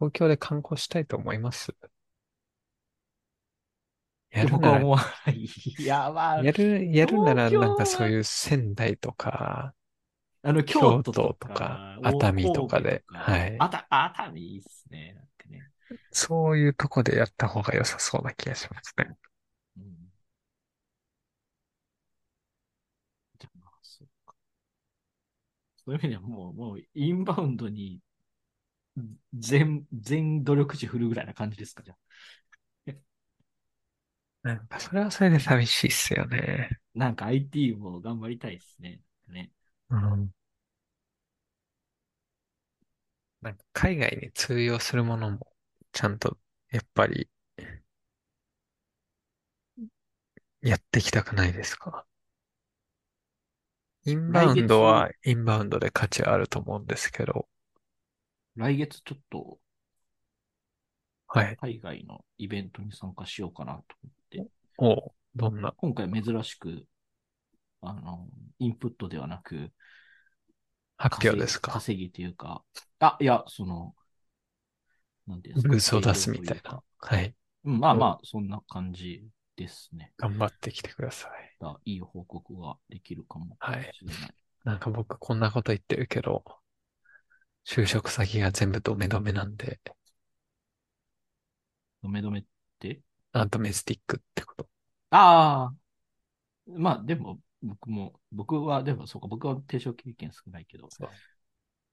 Speaker 1: 東京で観光したいと思います。やる
Speaker 2: 僕
Speaker 1: な
Speaker 2: は
Speaker 1: ら、
Speaker 2: 思わない。い や、まあ、
Speaker 1: やる、やるなら、
Speaker 2: 東京は
Speaker 1: なんかそういう仙台とか、
Speaker 2: あの、京都と
Speaker 1: 京都と
Speaker 2: か
Speaker 1: か、熱海とかで
Speaker 2: 大神
Speaker 1: はい
Speaker 2: あた、熱海いいっすね。なんかね。
Speaker 1: そういうとこでやった方が良さそうな気がしますね。
Speaker 2: うん。じゃあまあ、そうか。そういう意味ではもう、もう、インバウンドに、全、全努力値振るぐらいな感じですか、じゃあ
Speaker 1: なんか、それはそれで寂しいっすよね。
Speaker 2: なんか IT も頑張りたいですね。ね。
Speaker 1: うん。なんか、海外に通用するものも、ちゃんと、やっぱり、やっていきたくないですかインバウンドは、インバウンドで価値あると思うんですけど、
Speaker 2: 来月ちょっと
Speaker 1: はい。
Speaker 2: 海外のイベントに参加しようかなと思って。
Speaker 1: おう、どんな、
Speaker 2: 今回珍しく、あの、インプットではなく、
Speaker 1: 発
Speaker 2: 稼
Speaker 1: 表
Speaker 2: ぎ
Speaker 1: ですか
Speaker 2: 稼ぎというか、あ、いや、その、なんていうんですか。
Speaker 1: ブースを出すみたい
Speaker 2: 営業とう
Speaker 1: な
Speaker 2: か。。
Speaker 1: はい。
Speaker 2: うん、まあまあ、そんな感じですね。
Speaker 1: 頑張ってきてください。
Speaker 2: だいい報告ができるかも
Speaker 1: はい
Speaker 2: しれない。
Speaker 1: なんか僕こんなこと言ってるけど、就職先が全部ドメドメなんで、
Speaker 2: ドメドメって
Speaker 1: あ、ドメスティックってこと。
Speaker 2: ああ。まあ、でも、僕も、僕は、でも、そうか、僕は提唱経験少ないけど。
Speaker 1: そう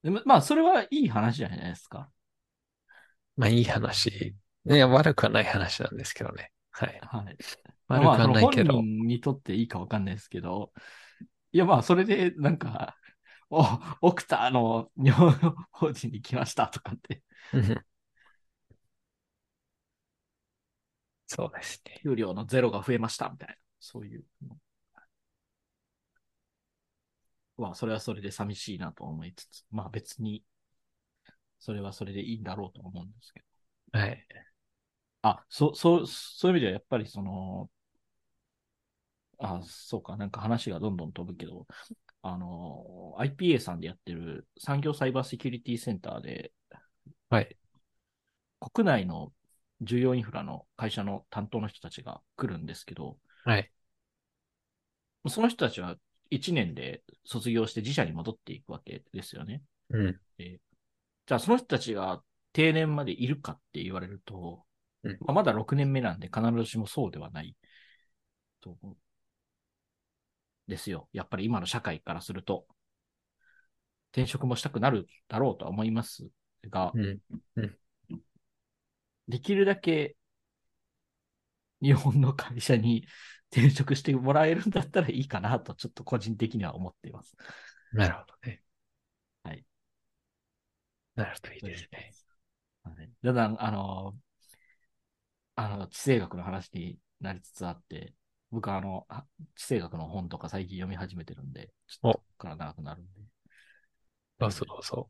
Speaker 2: でもまあ、それはいい話じゃないですか。
Speaker 1: まあいい話。ね、悪くはない話なんですけどね。はい。
Speaker 2: はい。
Speaker 1: 悪く
Speaker 2: まあ、
Speaker 1: は
Speaker 2: その
Speaker 1: ないけど、
Speaker 2: 本人にとっていいかわかんないですけど、いや、まあ、それで、なんか、お、オクタの日本法人に来ましたとかって、
Speaker 1: うんそうですね。
Speaker 2: 給料のゼロが増えましたみたいな、そういうの。まあ、それはそれで寂しいなと思いつつ、まあ、別に、それはそれでいいんだろうと思うんですけど。
Speaker 1: はい。
Speaker 2: あ、そ、そう、そういう意味ではやっぱりその、あ、そうか、なんか話がどんどん飛ぶけど、あの、IPA さんでやってる産業サイバーセキュリティセンターで、
Speaker 1: はい。
Speaker 2: 国内の重要インフラの会社の担当の人たちが来るんですけど、
Speaker 1: はい。
Speaker 2: その人たちは1年で卒業して自社に戻っていくわけですよね。
Speaker 1: うん。
Speaker 2: じゃあその人たちが定年までいるかって言われると、
Speaker 1: うん
Speaker 2: まあまだ6年目なんで必ずしもそうではないと思う。ですよ。やっぱり今の社会からすると、転職もしたくなるだろうとは思いますが、
Speaker 1: うん。
Speaker 2: できるだけ日本の会社に転職してもらえるんだったらいいかなと、ちょっと個人的には思っています。
Speaker 1: なるほどね。
Speaker 2: はい。
Speaker 1: なるといいですね。
Speaker 2: はいだんだん、あの、あの、地政学の話になりつつあって、僕はあの、あ地政学の本とか最近読み始めてるんで、ちょっとここから長くなるんで。
Speaker 1: どうぞどうぞ。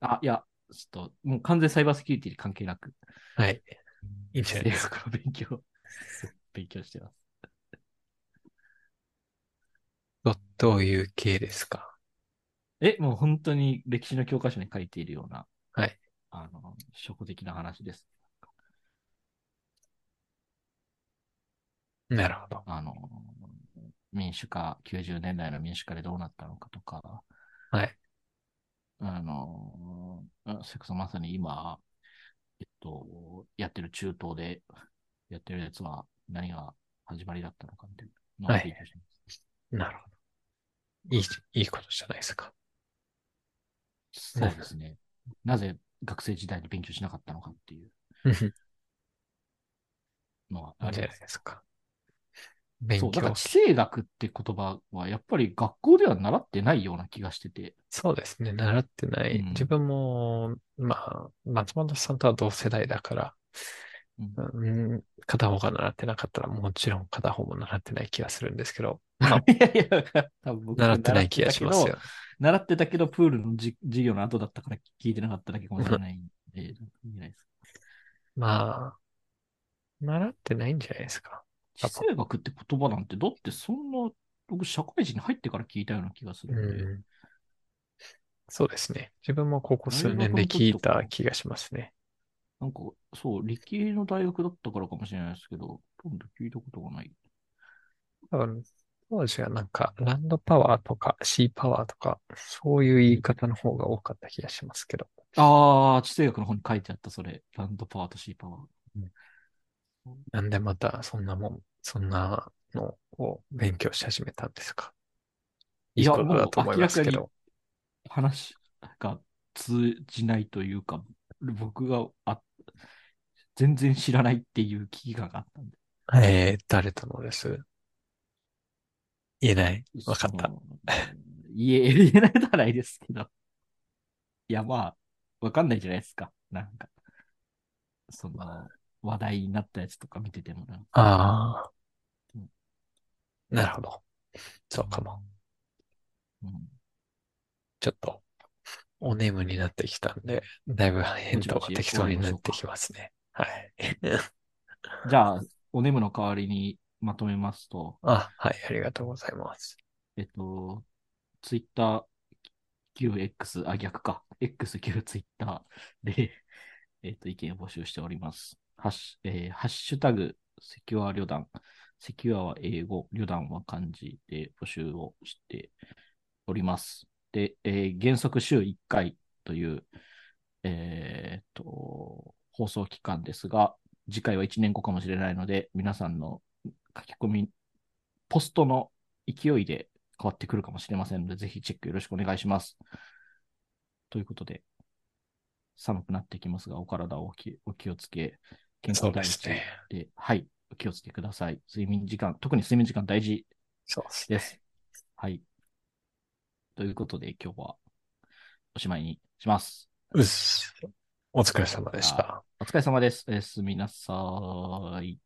Speaker 2: あ、いや、ちょっと、もう完全にサイバーセキュリティに関係なく、
Speaker 1: はい。いいんじゃない
Speaker 2: 地
Speaker 1: です
Speaker 2: 政学の勉強、 勉強してます。
Speaker 1: ど、どういう系ですか
Speaker 2: え、もう本当に歴史の教科書に書いているような、
Speaker 1: はい。
Speaker 2: あの、初歩的な話です。
Speaker 1: なるほど。
Speaker 2: あの、民主化、90年代の民主化でどうなったのかとか、
Speaker 1: はい。
Speaker 2: あの、あそれこそまさに今、えっと、やってる中東でやってるやつは何が始まりだったのかみたいなのを
Speaker 1: はい
Speaker 2: 勉強してます
Speaker 1: なるほど。いい、いいことじゃないですか。
Speaker 2: そうですね。なぜ学生時代に勉強しなかったのかっていう
Speaker 1: うんうん
Speaker 2: のはい
Speaker 1: い
Speaker 2: あ
Speaker 1: ん
Speaker 2: り
Speaker 1: じゃ
Speaker 2: ま
Speaker 1: ない
Speaker 2: す。
Speaker 1: ですか。勉
Speaker 2: そう、だから
Speaker 1: 強。
Speaker 2: 地政学って言葉はやっぱり学校では習ってないような気がしてて、
Speaker 1: そうですね。習ってない。
Speaker 2: うん
Speaker 1: 自分も、まあ、松本さんとは同世代だから、
Speaker 2: うん
Speaker 1: うん、片方が習ってなかったら、もちろん片方も習ってない気がするんですけど、まあ、
Speaker 2: いやいや、多分僕
Speaker 1: 習ってない気がしますよ。
Speaker 2: 習ってたけど、プールのじ授業の後だったから聞いてなかっただけかもしれないんで、なんか見えないです。
Speaker 1: まあ、習ってないんじゃないですか。
Speaker 2: 地政学って言葉なんて、だってそんな、僕、社会人に入ってから聞いたような気がするんで、
Speaker 1: うん。そうですね。自分もここ数年で聞いた気がしますね。
Speaker 2: なんか、そう、理系の大学だったからかもしれないですけど、ほとんど聞いたことがない。
Speaker 1: 多分、当時はなんか、ランドパワーとか、シーパワーとか、そういう言い方の方が多かった気がしますけど。
Speaker 2: あー、地政学の本に書いてあった、それ。ランドパワーとシーパワー。
Speaker 1: なんでまた、そんなもん、そんなのを勉強し始めたんですか。い
Speaker 2: い
Speaker 1: い
Speaker 2: や
Speaker 1: ことだと思いますけ
Speaker 2: もう明ら
Speaker 1: ど。
Speaker 2: 話が通じないというか、僕があ全然知らないっていう危機感があったんで。
Speaker 1: えー、誰とのです言えない。わかった。
Speaker 2: た。言え、言えないとはないですけど。いや、まあ、わかんないじゃないですか。なんか、その、話題になったやつとか見ててもなんか
Speaker 1: ああ
Speaker 2: うん。
Speaker 1: なるほど。そうかも。。
Speaker 2: うん
Speaker 1: ちょっと、おネームになってきたんで、だいぶ返答が適当になってきますね。はい。
Speaker 2: じゃあ、おネムの代わりにまとめますと、
Speaker 1: あ、はい、ありがとうございます。
Speaker 2: えっと、ツイッター、QX、あ、逆か。XQ ツイッターで、えっと、意見を募集しております。ハッシュ、えーハッシュタグ、セキュア旅団。セキュアは英語、旅団は漢字で募集をしております。で、えー原則週1回という、えーっと、放送期間ですが、次回は1年後かもしれないので、皆さんの書き込み、ポストの勢いで変わってくるかもしれませんので、ぜひチェックよろしくお願いします。ということで、寒くなってきますが、お体をお気お気をつけ、健
Speaker 1: そ
Speaker 2: 康
Speaker 1: うで
Speaker 2: 第
Speaker 1: す
Speaker 2: 一
Speaker 1: ね。
Speaker 2: で、はい、お気をつけください。睡眠時間、特に睡眠時間大事
Speaker 1: そうです
Speaker 2: で
Speaker 1: ね。
Speaker 2: す。はい。ということで、今日はおしまいにします。
Speaker 1: うっす。お疲れ様でした。
Speaker 2: お疲れ様です。おやすみなさーい。